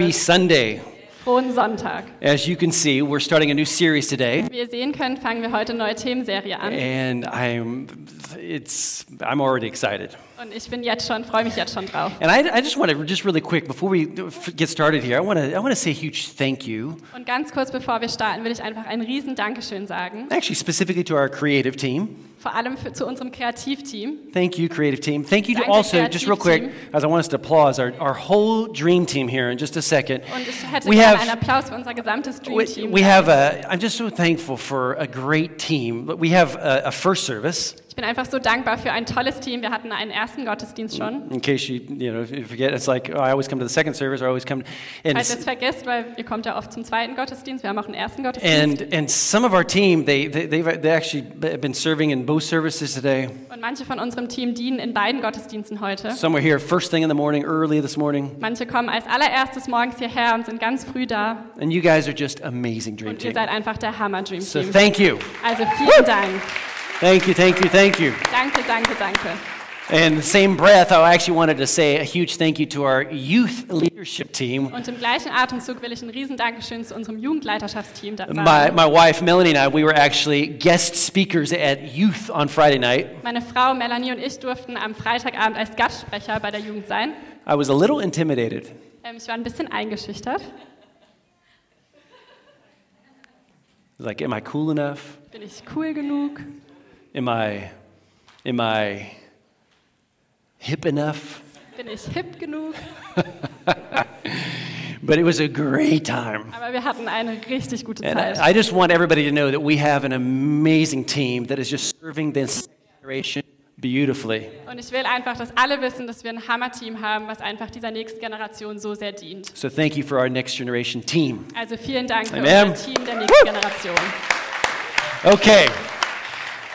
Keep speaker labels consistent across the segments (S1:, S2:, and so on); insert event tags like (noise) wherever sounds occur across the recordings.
S1: Happy Sunday.
S2: Frohen Sonntag.
S1: As you can see, we're starting a new series today,
S2: Wie ihr sehen könnt, fangen wir heute eine neue Themenserie
S1: Um.
S2: an.
S1: and I'm, it's, I'm already excited.
S2: Und ich bin jetzt schon, freue mich jetzt schon drauf.
S1: And I, I just want to, just really quick, before we get started here, I want to, I want to say a huge thank you,
S2: Und ganz kurz bevor wir starten, will ich einfach ein riesen Dankeschön sagen.
S1: actually specifically to our creative team.
S2: Vor allem für, zu unserem Kreativteam.
S1: Thank you, creative team. Thank you to
S2: Danke,
S1: also, just real quick,
S2: creative team.
S1: as I want us to applause our, our whole dream team here in just a second.
S2: Und ich hätte
S1: We
S2: gerne
S1: have-
S2: einen Applaus für unser gesamtes
S1: We,
S2: Dreamteam.
S1: we have a, I'm just so thankful for a great team. We have a, a first service.
S2: Ich bin einfach so dankbar für ein tolles Team. Wir hatten einen ersten Gottesdienst schon.
S1: In case you, you know, if you forget, it's like oh, I always come to the second service, or I always come. And,
S2: Falls ihr es vergesst, weil ihr kommt ja oft zum zweiten Gottesdienst. Wir haben auch einen ersten Gottesdienst.
S1: and and some of our team, they, they they've they actually been serving in both services today.
S2: Und manche von unserem Team dienen in beiden Gottesdiensten heute.
S1: Some are here first thing in the morning, early this morning,
S2: Manche kommen als allererstes morgens hierher und sind ganz früh da.
S1: and you guys are just amazing dream
S2: Und ihr
S1: team.
S2: seid einfach der Hammer Dream
S1: So
S2: Team.
S1: thank you,
S2: Also vielen Dank.
S1: thank you, thank you, thank you.
S2: Danke, danke, danke.
S1: And in the same breath, I actually wanted to say a huge thank you to our youth leadership team.
S2: Und im gleichen Atemzug will ich ein riesen Dankeschön zu unserem Jugendleiterschaftsteam da
S1: My,
S2: sagen.
S1: my wife Melanie and I, we were actually guest speakers at youth on Friday night.
S2: Meine Frau Melanie und ich durften am Freitagabend als Gastsprecher bei der Jugend sein.
S1: I was a little intimidated.
S2: Ähm, ich war ein bisschen eingeschüchtert.
S1: Like, am I cool enough?
S2: Bin ich cool genug?
S1: Am I, am I hip enough?
S2: Bin ich hip genug?
S1: But it was a great time.
S2: Aber wir hatten eine richtig gute
S1: And
S2: Zeit.
S1: I, I just want everybody to know that we have an amazing team that is just serving this generation beautifully.
S2: Und ich will einfach, dass alle wissen, dass wir ein Hammer-Team haben, was einfach dieser nächsten Generation so sehr dient.
S1: So thank you for our next generation team.
S2: Also vielen Dank für
S1: Amen.
S2: unser Team der nächsten
S1: Woo!
S2: Generation.
S1: Okay.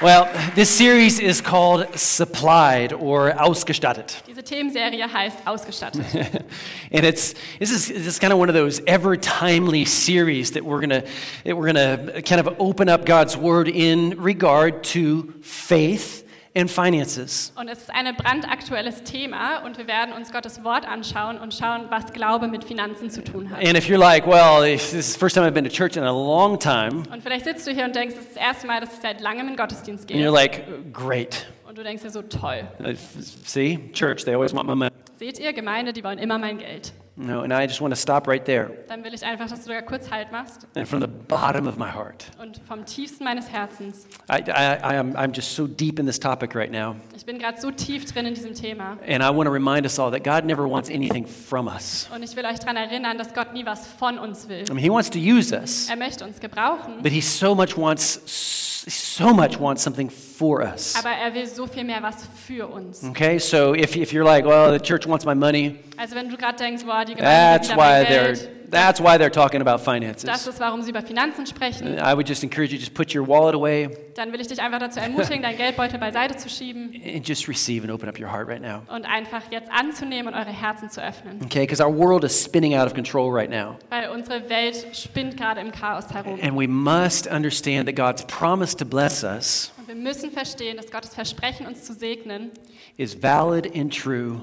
S1: Well, this series is called Supplied or Ausgestattet.
S2: Diese Themenserie heißt Ausgestattet.
S1: (laughs) and it's this is this is kind of one of those ever timely series that we're gonna that we're gonna kind of open up God's word in regard to faith and finances.
S2: Und es ist ein brandaktuelles Thema und wir werden uns Gottes Wort anschauen und schauen, was Glaube mit Finanzen zu tun hat.
S1: And if you're like, well, if this is the first time I've been to church in a long time,
S2: Und vielleicht sitzt du hier und denkst, es ist das erste Mal, dass ich seit langem in den Gottesdienst
S1: and you're
S2: gehe.
S1: like, great.
S2: Und du denkst dir so, toll.
S1: Uh, f- See, church, they always want my money.
S2: Seht ihr, Gemeinde, die wollen immer mein Geld.
S1: No, and I just want to stop right there.
S2: Dann will ich einfach, dass du da kurz Halt machst
S1: And from the bottom of my heart,
S2: und vom tiefsten meines Herzens.
S1: I, I, I am, I'm just so deep in this topic right now.
S2: Ich bin gerade so tief drin in diesem Thema.
S1: And I want to remind us all that God never wants anything from us.
S2: Und ich will euch daran erinnern, dass Gott nie was von uns will.
S1: I mean, He wants to use us.
S2: Er möchte uns gebrauchen,
S1: But he so much wants, so much wants something for us.
S2: aber er will so viel mehr was für uns.
S1: Okay, so if, if you're like, well, the church wants my money,
S2: Also wenn du gerade denkst, boah, die Gemeinde
S1: that's
S2: will wieder mein
S1: why they're,
S2: Geld.
S1: that's why they're talking about
S2: Das
S1: finances. Uh,
S2: ist, warum sie über Finanzen sprechen.
S1: I would just encourage you, just put your wallet away
S2: Dann will ich dich einfach dazu ermutigen, deinen Geldbeutel beiseite zu schieben
S1: and just receive and open up your heart right now.
S2: und einfach jetzt anzunehmen und eure Herzen zu öffnen.
S1: Okay, because our world is spinning out of control right now.
S2: Weil unsere Welt spinnt gerade im Chaos herum.
S1: And we must understand that God's promise to bless us
S2: Und wir müssen verstehen, dass Gottes Versprechen, uns zu segnen,
S1: is valid and true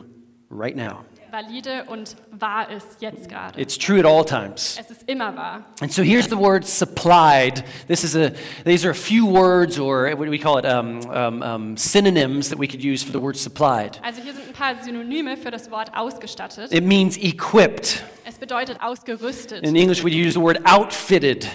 S1: right now.
S2: valide und wahr ist jetzt gerade.
S1: It's true at all times.
S2: Es ist immer wahr.
S1: And so here's the word supplied. This is a, these are a few words, or what do we call it, um, um, um, synonyms that we could use for the word supplied.
S2: Also hier sind ein paar Synonyme für das Wort ausgestattet.
S1: It means equipped.
S2: Es bedeutet ausgerüstet,
S1: In English, we use the word outfitted,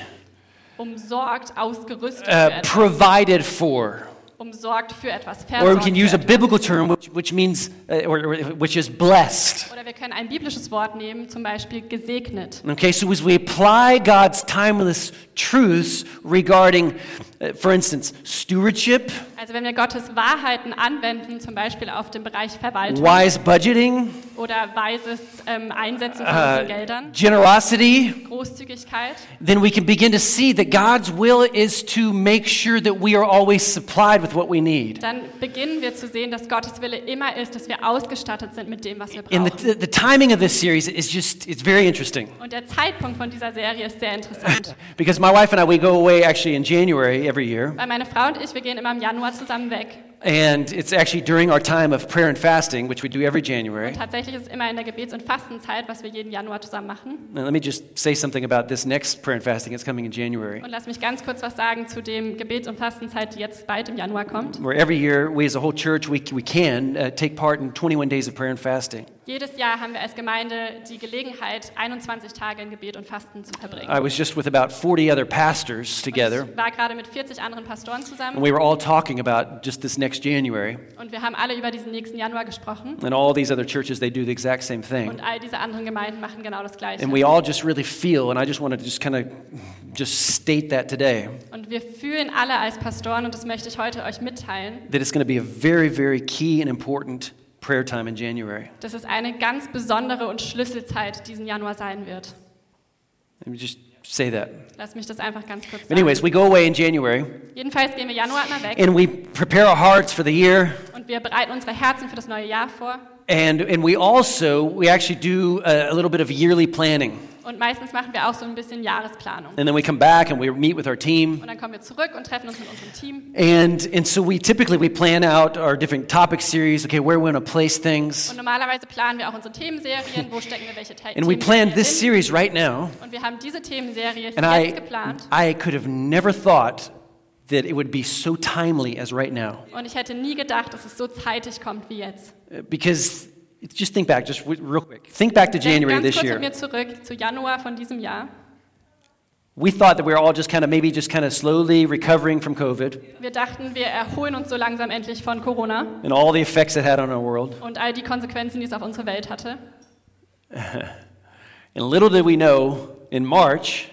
S2: umsorgt, ausgerüstet für
S1: uh,
S2: etwas,
S1: provided for.
S2: umsorgt für etwas,
S1: Or we
S2: versorgt
S1: can
S2: für
S1: use a
S2: etwas.
S1: biblical term, which, which means, uh, or, or- which is blessed.
S2: Oder wir können ein biblisches Wort nehmen, zum Beispiel gesegnet.
S1: Okay, so as we apply God's timeless truths regarding, uh, for instance, stewardship,
S2: Also wenn wir Gottes Wahrheiten anwenden, zum Beispiel auf dem Bereich Verwaltung
S1: wise budgeting,
S2: oder weises ähm, Einsetzen von
S1: uh,
S2: unseren Geldern,
S1: generosity,
S2: Großzügigkeit,
S1: then we can begin to see that God's will is to make sure that we are always supplied with what we need.
S2: dann beginnen wir zu sehen, dass Gottes Wille immer ist, dass wir ausgestattet sind mit dem, was wir
S1: And
S2: brauchen.
S1: the, the timing of this series is just, it's very interesting.
S2: Und der Zeitpunkt von dieser Serie ist sehr interessant.
S1: Because my wife and I, we go away actually in January every year.
S2: Weil meine Frau und ich, wir gehen immer im Januar zusammen weg.
S1: And it's actually during our time of prayer and fasting, which we do every January.
S2: Tatsächlich ist es immer in der Gebets- und Fastenzeit, was wir jeden Januar zusammen machen.
S1: Now, let me just say something about this next prayer and fasting. It's coming in January,
S2: Und lass mich ganz kurz was sagen zu dem Gebets- und Fastenzeit, die jetzt bald im Januar kommt.
S1: where every year we as a whole church, we, we can uh, take part in 21 days of prayer and fasting.
S2: Jedes Jahr haben wir als Gemeinde die Gelegenheit, 21 Tage in Gebet und Fasten zu verbringen.
S1: I was just with about 40 other pastors together,
S2: Ich war gerade mit 40 anderen Pastoren
S1: and
S2: zusammen
S1: we were all talking about just this next January.
S2: und wir haben alle über diesen nächsten Januar gesprochen.
S1: And all these other churches, they do the exact same
S2: Und
S1: thing.
S2: all diese anderen Gemeinden machen genau das Gleiche.
S1: And we all just really feel, and I just want to just kind of just state that today,
S2: Und wir fühlen alle als Pastoren, und das möchte ich heute euch mitteilen,
S1: that it's going to be a very, very key and important prayer time in January.
S2: dass es eine ganz besondere und Schlüsselzeit diesen Januar sein wird.
S1: Let me just say that.
S2: Lass mich das einfach ganz kurz sagen.
S1: Anyways, we go away in January
S2: Jedenfalls gehen wir Januar immer weg
S1: and we prepare our hearts for the year.
S2: und wir bereiten unsere Herzen für das neue Jahr vor.
S1: And, and we also, we actually do a, a little bit of yearly planning.
S2: Und meistens machen wir auch so ein bisschen Jahresplanung.
S1: And then we come back and we meet with our team.
S2: Und dann kommen wir zurück und treffen uns mit unserem Team.
S1: And, and so we typically, we plan out our different topic series, okay, where we're going to place things.
S2: Und normalerweise planen wir auch unsere Themenserien, wo stecken wir welche Te
S1: And we planned this
S2: Themenserien
S1: series right now.
S2: hin. Und wir haben diese Themenserie jetzt
S1: And I,
S2: geplant.
S1: I could have never thought that it would be so timely as right now.
S2: Und ich hätte nie gedacht, dass es so zeitig kommt wie jetzt.
S1: Uh, Because just think back, just w- real quick. Think back to January
S2: Denk
S1: this
S2: ganz kurz mit mir
S1: year.
S2: zurück zu Januar von diesem Jahr.
S1: We thought that we were all just kind of maybe just kind of slowly recovering from COVID
S2: Wir dachten, wir erholen uns so langsam endlich von Corona
S1: and all the effects it had on our world.
S2: und all die Konsequenzen, die es auf unsere Welt hatte.
S1: And little did we know in March,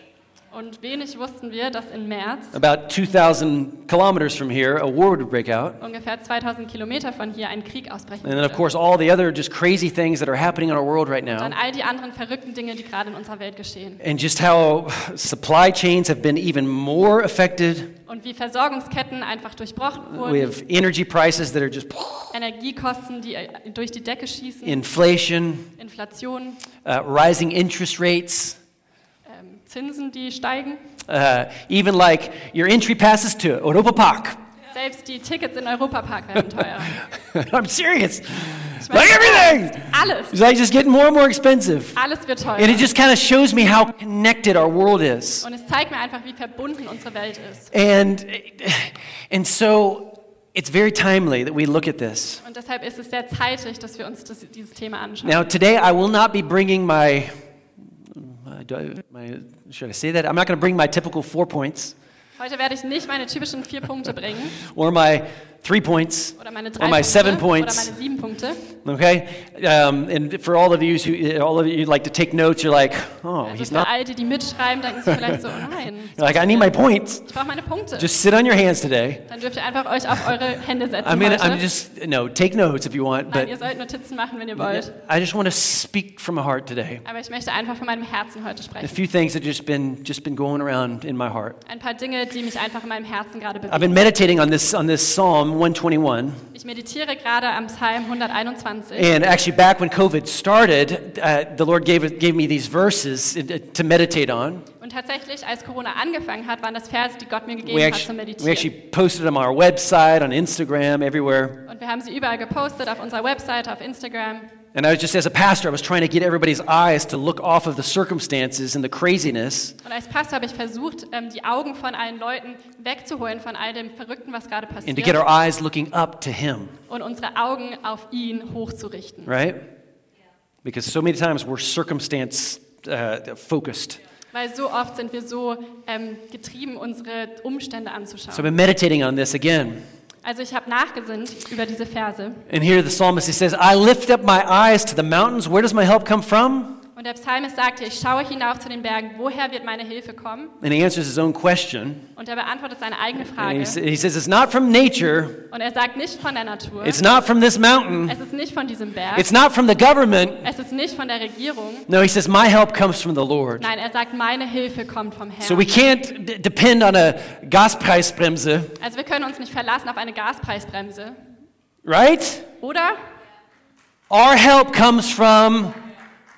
S2: Und wenig wussten wir, dass im März
S1: about 2,000 kilometers from here, a war would break out.
S2: ungefähr 2000 Kilometer von hier ein Krieg ausbrechen
S1: And then, of
S2: würde.
S1: course, all the other just crazy things that are happening in our world right
S2: Dann
S1: now.
S2: all die anderen verrückten Dinge, die gerade in unserer Welt geschehen.
S1: And just how supply chains have been even more affected.
S2: Und wie Versorgungsketten einfach durchbrochen
S1: We
S2: wurden,
S1: have energy prices that are just
S2: Energiekosten, die äh, durch die Decke schießen,
S1: inflation,
S2: Inflation,
S1: uh, rising interest rates,
S2: ähm, Zinsen, die steigen.
S1: uh, even like your entry passes to Europa Park. (laughs)
S2: Selbst die Tickets in Europapark werden teurer.
S1: I'm serious.
S2: Ich
S1: Like
S2: meine,
S1: everything!
S2: Alles,
S1: It's like just getting more and more expensive.
S2: alles wird teurer.
S1: And it just kind of shows me how connected our world is.
S2: Und es zeigt mir einfach, wie verbunden unsere Welt ist.
S1: And, and so it's very timely that we look at this.
S2: Und deshalb ist es sehr zeitig, dass wir uns das, dieses Thema anschauen.
S1: Now, today I will not be bringing my, my, do I- my should I say that? I'm not going to bring my typical four points
S2: Heute werde ich nicht meine typischen vier Punkte bringen
S1: or my three points.
S2: oder meine
S1: Or
S2: drei
S1: my seven
S2: Punkte oder
S1: points.
S2: meine sieben Punkte.
S1: Okay, um, and for all of you who all of you who like to take notes, you're like, oh,
S2: Also
S1: he's
S2: für
S1: not.
S2: all die, die mitschreiben, denken sich vielleicht so, oh nein,
S1: You're like, I need my points.
S2: ich brauche meine Punkte.
S1: Just sit on your hands today.
S2: Dann dürft ihr einfach euch auf eure Hände setzen
S1: I mean,
S2: heute.
S1: I'm just no. Take notes if you want,
S2: nein, ihr
S1: but
S2: sollt Notizen machen, wenn ihr wollt.
S1: I just want to speak from my heart today.
S2: Aber ich möchte einfach von meinem Herzen heute
S1: A
S2: sprechen.
S1: few things that just been just been going around in my heart.
S2: Ein paar Dinge, die mich einfach in meinem Herzen gerade
S1: I've
S2: bewegen.
S1: been meditating on this on this Psalm 121,
S2: Ich meditiere gerade am Psalm 121.
S1: and actually back when COVID started, uh, the Lord gave gave me these verses uh, to meditate on.
S2: Und tatsächlich, als Corona angefangen hat, waren das Verse, die Gott mir gegeben
S1: We
S2: hat
S1: actually,
S2: zum
S1: we
S2: Meditieren.
S1: actually posted them on our website, on Instagram, everywhere.
S2: Und wir haben sie überall gepostet, auf unserer Website, auf Instagram.
S1: And I was just, as a pastor, I was trying to get everybody's eyes to look off of the circumstances and the craziness
S2: Und als Pastor habe ich versucht, ähm, die Augen von allen Leuten wegzuholen, von all dem Verrückten, was gerade
S1: and to get our
S2: passiert,
S1: eyes looking up to Him,
S2: und unsere Augen auf ihn hochzurichten.
S1: right? Because so many times we're circumstance uh, focused.
S2: Weil so oft sind wir so ähm, getrieben, unsere Umstände
S1: So I've
S2: anzuschauen.
S1: been meditating on this again.
S2: Also ich habe nachgesinnt über diese Verse.
S1: And here the psalmist he says, I lift up my eyes to the mountains. Where does my help come from?
S2: Und der Psalmist sagt hier, ich schaue hinauf zu den Bergen, woher wird meine Hilfe kommen?
S1: And he answers his own question.
S2: Und er beantwortet seine eigene
S1: And he, sa-
S2: Frage.
S1: he says, It's not from nature.
S2: Und er sagt nicht von der Natur,
S1: It's not from this mountain.
S2: es ist nicht von diesem Berg,
S1: It's not from the government.
S2: es ist nicht von der Regierung,
S1: No, he says, My help comes from the Lord.
S2: Nein, er sagt, meine Hilfe kommt vom Herrn.
S1: So we can't d- depend on a Gaspreisbremse,
S2: also wir können uns nicht verlassen auf eine Gaspreisbremse,
S1: right?
S2: oder?
S1: Our help comes from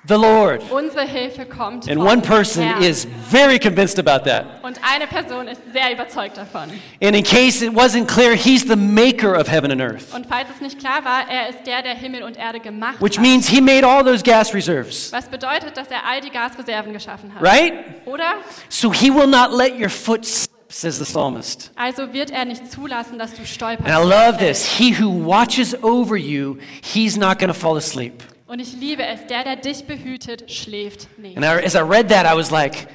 S1: the Lord.
S2: Unsere Hilfe kommt
S1: And
S2: vom
S1: one person
S2: Herrn.
S1: is very convinced about that.
S2: Und eine Person ist sehr überzeugt davon.
S1: And in case it wasn't clear, he's the maker of heaven and earth,
S2: Und falls es nicht klar war, er ist der, der Himmel und Erde gemacht
S1: which
S2: hat.
S1: means he made all those gas reserves,
S2: Was bedeutet, dass er all die Gasreserven geschaffen hat.
S1: right?
S2: Oder?
S1: So he will not let your foot slip, says the psalmist.
S2: Also wird er nicht zulassen, dass du
S1: And I
S2: stolperst.
S1: love this. He who watches over you, he's not going to fall asleep.
S2: Und ich liebe es, der, der dich behütet, schläft nicht.
S1: And I, as I read that, I was like,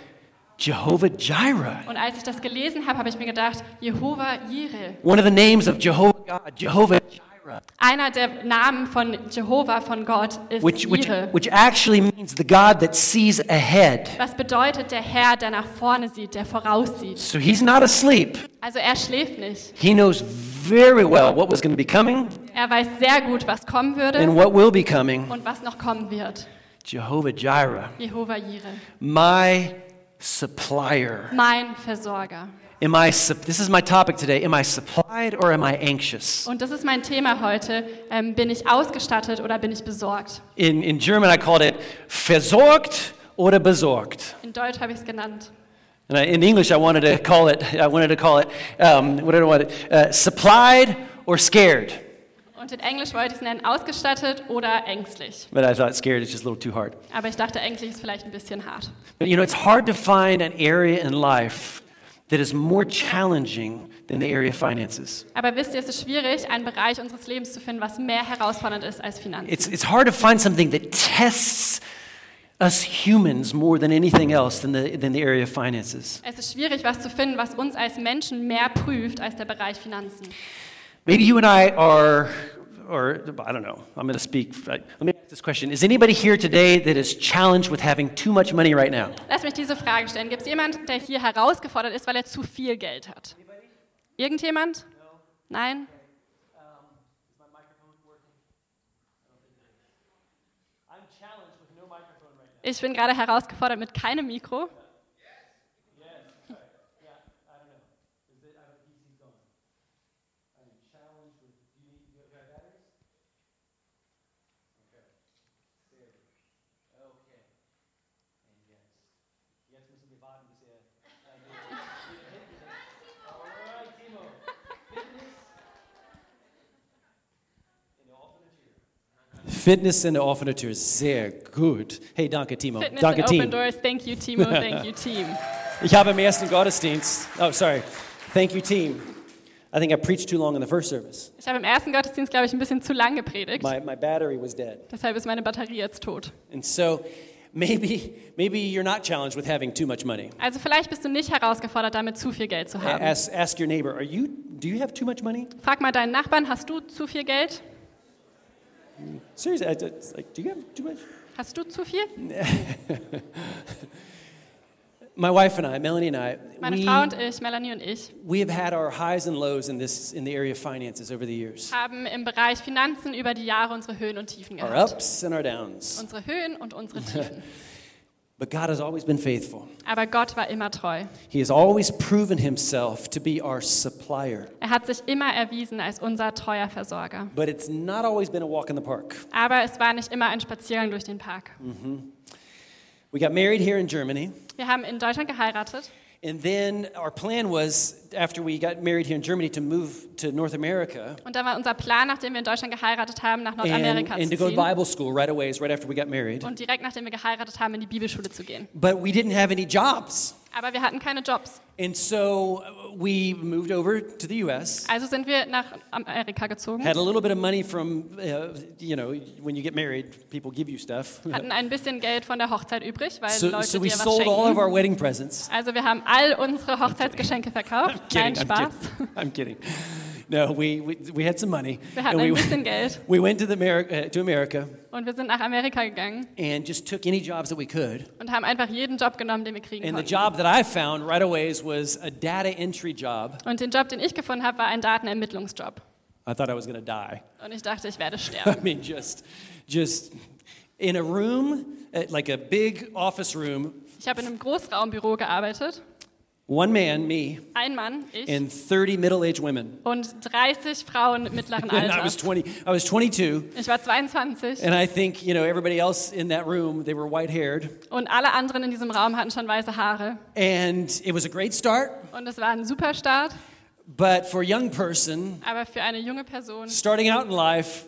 S1: Jehovah Jireh.
S2: Und als ich das gelesen habe, habe ich mir gedacht, Jehova Jireh,
S1: One of the names of Jehovah God, Jehovah Jireh,
S2: einer der Namen von Jehova, von Gott, ist
S1: which, which,
S2: Jireh.
S1: which actually means the God that sees ahead.
S2: Was bedeutet der Herr, der nach vorne sieht, der voraussieht?
S1: So he's not asleep.
S2: Also er schläft nicht.
S1: He knows very well what was going to be coming
S2: Er weiß sehr gut, was kommen
S1: and
S2: würde
S1: what will be coming.
S2: und was noch kommen wird.
S1: Jehovah Jireh,
S2: Jehova Jireh,
S1: my supplier.
S2: mein Versorger.
S1: Am I, sup- this is my topic today. Am I supplied or am I anxious?
S2: Und das ist mein Thema heute. Ähm, bin ich ausgestattet oder bin ich besorgt?
S1: In, in German, I called it versorgt oder besorgt.
S2: In Deutsch habe ich es genannt.
S1: And I, in English, I wanted to call it, I wanted to call it, um, what did I want it? Uh, supplied or scared.
S2: Und in Englisch wollte ich es nennen, ausgestattet oder ängstlich.
S1: But I thought scared is just a little too hard.
S2: Aber ich dachte, ängstlich ist vielleicht ein bisschen hart.
S1: But you know, it's hard to find an area in life that is more challenging than the area of finances.
S2: Aber wisst ihr, es ist schwierig, einen Bereich unseres Lebens zu finden, was mehr herausfordernd ist als Finanzen.
S1: It's, it's hard to find something that tests us humans more than anything else than the, than the area of finances.
S2: Es ist schwierig, was zu finden, was uns als Menschen mehr prüft als der Bereich Finanzen.
S1: Maybe you and I are, or I don't know, I'm going to speak. Let me ask this question Is anybody here today that is challenged with having too much money right now?
S2: Lass mich diese Frage stellen. Gibt es jemanden, der hier herausgefordert ist, weil er zu viel Geld hat? Irgendjemand? Nein? Ich bin gerade herausgefordert mit keinem Mikro.
S3: Fitness in der Offenatur, sehr gut. Hey, danke Timo.
S2: Fitness
S3: danke
S2: and Open
S3: Team.
S2: Doors. Thank you,
S3: (laughs)
S2: Timo. Thank you, Team.
S3: Ich habe im ersten Gottesdienst, oh sorry, thank you Team. I think I preached too long in the first service.
S2: Ich habe im ersten Gottesdienst, glaube ich, ein bisschen zu lang gepredigt.
S3: My, my battery was dead.
S2: Deshalb ist meine Batterie jetzt tot.
S3: And so maybe, maybe you're not challenged with having too much money.
S2: Also vielleicht bist du nicht herausgefordert, damit zu viel Geld zu haben.
S3: Ask, ask your neighbor, are you, do you have too much money?
S2: Frag mal deinen Nachbarn, hast du zu viel Geld?
S3: Seriously, I- it's like, do you have too much?
S2: Hast du zu viel?
S3: My wife and I, Melanie and I,
S2: Meine
S3: we,
S2: Frau und ich, Melanie und ich,
S3: we have had our highs and lows in, this, in the area of finances over the years.
S2: haben im Bereich Finanzen über die Jahre unsere Höhen und Tiefen
S3: Our
S2: gehabt.
S3: ups and our downs.
S2: Unsere Höhen und unsere Tiefen.
S3: But God has always been faithful.
S2: Aber Gott war immer treu.
S3: He has always proven himself to be our supplier,
S2: Er hat sich immer erwiesen als unser treuer Versorger.
S3: but it's not always been a walk in the park.
S2: Aber es war nicht immer ein Spaziergang durch den Park.
S3: We got married here in Germany,
S2: Wir haben in Deutschland geheiratet.
S3: and then our plan was after we got married here in Germany to move to North America
S2: Und dann war unser Plan, nachdem wir in Deutschland geheiratet haben, nach
S3: and,
S2: Nordamerika
S3: and to
S2: zu
S3: go to
S2: ziehen.
S3: Bible school right away, is right after we got married.
S2: Und direkt nachdem wir geheiratet haben, in die Bibelschule zu gehen.
S3: But we didn't have any jobs.
S2: Aber wir hatten keine Jobs.
S3: And so uh, we moved over to the US.
S2: Also sind wir nach Amerika gezogen,
S3: Had a little bit of money from, uh, you know, when you get married, people give you stuff.
S2: hatten ein bisschen Geld von der Hochzeit übrig, weil
S3: So,
S2: Leute
S3: so we
S2: dir was
S3: sold all of
S2: schenken.
S3: our wedding presents.
S2: Also wir haben all unsere Hochzeitsgeschenke verkauft. Nein,
S3: I'm
S2: Spaß.
S3: kidding. (laughs) I'm kidding. No, we, we, we had some money.
S2: Wir hatten
S3: and
S2: ein
S3: we,
S2: bisschen Geld
S3: we went to, the Ameri- uh, to America
S2: und wir sind nach Amerika gegangen
S3: and just took any jobs that we could.
S2: und haben einfach jeden Job genommen, den wir kriegen
S3: And the
S2: konnten.
S3: job that I found right away is- was a data entry job.
S2: Und den Job, den ich gefunden habe, war ein Datenermittlungsjob.
S3: I thought I was going to die. (laughs)
S2: Und ich dachte, ich werde sterben.
S3: I mean, just, just in a room, uh, like a big office room
S2: Ich habe in einem Großraumbüro gearbeitet
S3: One man, me,
S2: Ein Mann, ich,
S3: and 30 middle aged women.
S2: und 30 Frauen mittleren
S3: And (laughs) I was
S2: Alters.
S3: 20, I was 22,
S2: Ich war 22
S3: and I think, you know, everybody else in that room, they were white haired.
S2: und alle anderen in diesem Raum hatten schon weiße Haare.
S3: And it was a great start,
S2: Und es war ein super Start,
S3: but for a young person
S2: aber für eine junge Person,
S3: starting out in life,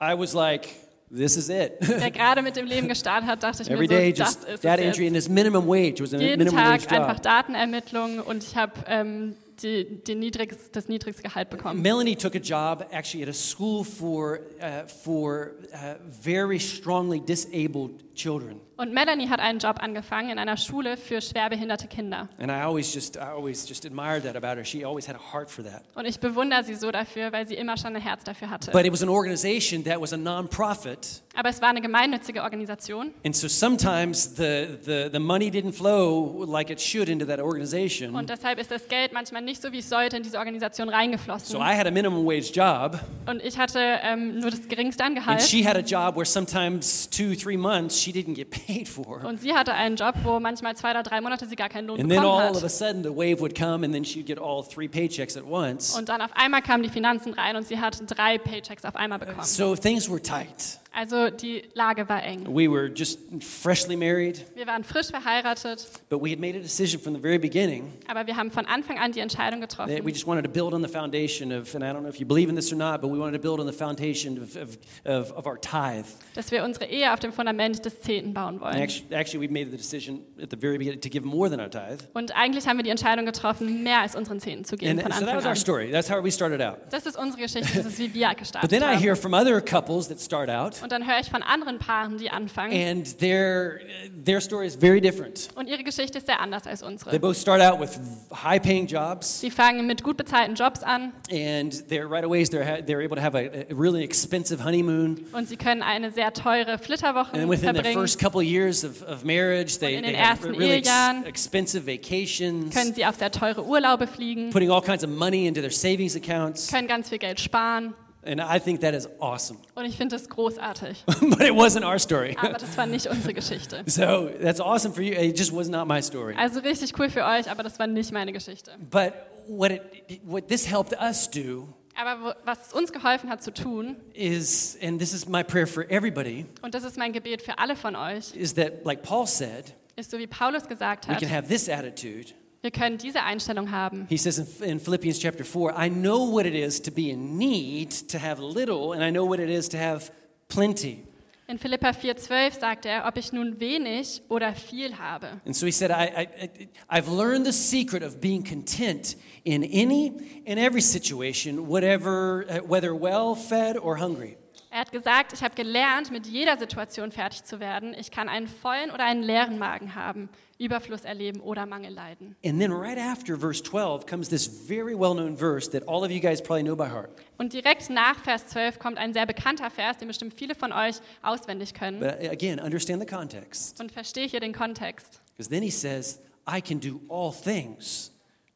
S3: I was like, this is it.
S2: der gerade mit dem Leben gestartet hat, dachte ich mir
S3: (laughs) Every
S2: so,
S3: day,
S2: das
S3: just
S2: ist
S3: data
S2: es
S3: entry
S2: jetzt.
S3: and this minimum wage was a
S2: Jeden
S3: minimum wage
S2: Tag einfach
S3: job.
S2: Datenermittlung und ich habe ähm, die, die niedrigst, das niedrigste Gehalt bekommen.
S3: Melanie took a job actually at a school for uh, for uh, very strongly disabled children,
S2: Und Melanie hat einen Job angefangen in einer Schule für schwerbehinderte Kinder.
S3: and I always just I always just admired that about her. She always had a heart for that.
S2: Und ich bewundere sie so dafür, weil sie immer schon ein Herz dafür hatte.
S3: But it was an organization that was a nonprofit,
S2: Aber es war eine gemeinnützige Organisation
S3: and so sometimes the the, the money didn't flow like it should into that organization.
S2: und deshalb ist das Geld manchmal nicht so, wie es sollte, in diese Organisation reingeflossen.
S3: So I had a minimum wage job,
S2: und ich hatte ähm, nur das geringste an
S3: and
S2: Gehalt.
S3: she had a job where sometimes two three months she didn't get paid for.
S2: Und sie hatte einen Job, wo manchmal zwei oder drei Monate sie gar keinen Lohn
S3: And then
S2: bekommen
S3: all of a
S2: hat.
S3: sudden, the wave would come, and then she'd get all three paychecks at once.
S2: Und dann auf einmal kamen die Finanzen rein und sie hat drei Paychecks auf einmal bekommen.
S3: So things were tight.
S2: Also die Lage war eng.
S3: We were just freshly married,
S2: Wir waren frisch verheiratet,
S3: but we had made a decision from the very beginning
S2: aber wir haben von Anfang an die Entscheidung getroffen.
S3: that we just wanted to build on the foundation of, and I don't know if you believe in this or not, but we wanted to build on the foundation of, of, of, of our tithe.
S2: dass wir unsere Ehe auf dem Fundament des Zehnten bauen
S3: And
S2: wollen.
S3: actually, actually, we made the decision at the very beginning to give more than our tithe.
S2: Und eigentlich haben wir die Entscheidung getroffen, mehr als unseren Zehnten zu geben
S3: And
S2: von
S3: so that
S2: Anfang
S3: was our
S2: an.
S3: story. That's how we started out.
S2: Das ist unsere Geschichte, das ist wie wir
S3: But
S2: gestartet
S3: then I
S2: haben.
S3: hear from other couples that start out,
S2: Und dann höre ich von anderen Paaren, die anfangen.
S3: and their, their story is very different.
S2: Und ihre Geschichte ist sehr anders als
S3: They
S2: unsere.
S3: both start out with high paying jobs,
S2: Sie fangen mit gut bezahlten Jobs an
S3: and they're right away they're, ha- they're able to have a, a really expensive honeymoon.
S2: und sie können eine sehr teure
S3: And then
S2: Flitterwoche
S3: within their
S2: verbringen,
S3: first couple years of, of marriage, they,
S2: in
S3: they
S2: den
S3: have
S2: ersten
S3: really ex-
S2: Ehejahren
S3: expensive vacations,
S2: können sie auf sehr teure Urlaube fliegen,
S3: putting all kinds of money into their savings accounts.
S2: können ganz viel Geld sparen.
S3: And I think that is awesome. (laughs)
S2: Und ich finde das großartig.
S3: but it wasn't our story.
S2: Aber das war nicht unsere Geschichte.
S3: So that's awesome for you. It just was not my story.
S2: Also richtig cool für euch, aber das war nicht meine Geschichte.
S3: But what, it, what this helped us do
S2: Aber wo, was es uns geholfen hat zu tun,
S3: is, and this is my prayer for everybody,
S2: und das ist mein Gebet für alle von euch,
S3: is that, like Paul said,
S2: ist so wie Paulus gesagt
S3: we
S2: hat,
S3: can have this attitude.
S2: wir können diese Einstellung haben.
S3: He says in, in Philippians chapter 4, I know what it is to be in need, to have little, and I know what it is to have plenty.
S2: In Philippa 4,12 sagt er, ob ich nun wenig oder viel habe.
S3: And so he said, I, I, I, I've learned the secret of being content in any and every situation, whatever, uh, whether well fed or hungry.
S2: Er hat gesagt, ich habe gelernt, mit jeder Situation fertig zu werden. Ich kann einen vollen oder einen leeren Magen haben, Überfluss erleben oder Mangel leiden.
S3: And then right after verse 12 comes this very well known verse that all of you guys probably know by heart.
S2: Und direkt nach Vers 12 kommt ein sehr bekannter Vers, den bestimmt viele von euch auswendig können.
S3: But uh, again, understand the context.
S2: Und verstehe hier den Kontext.
S3: Because then he says, I can do all things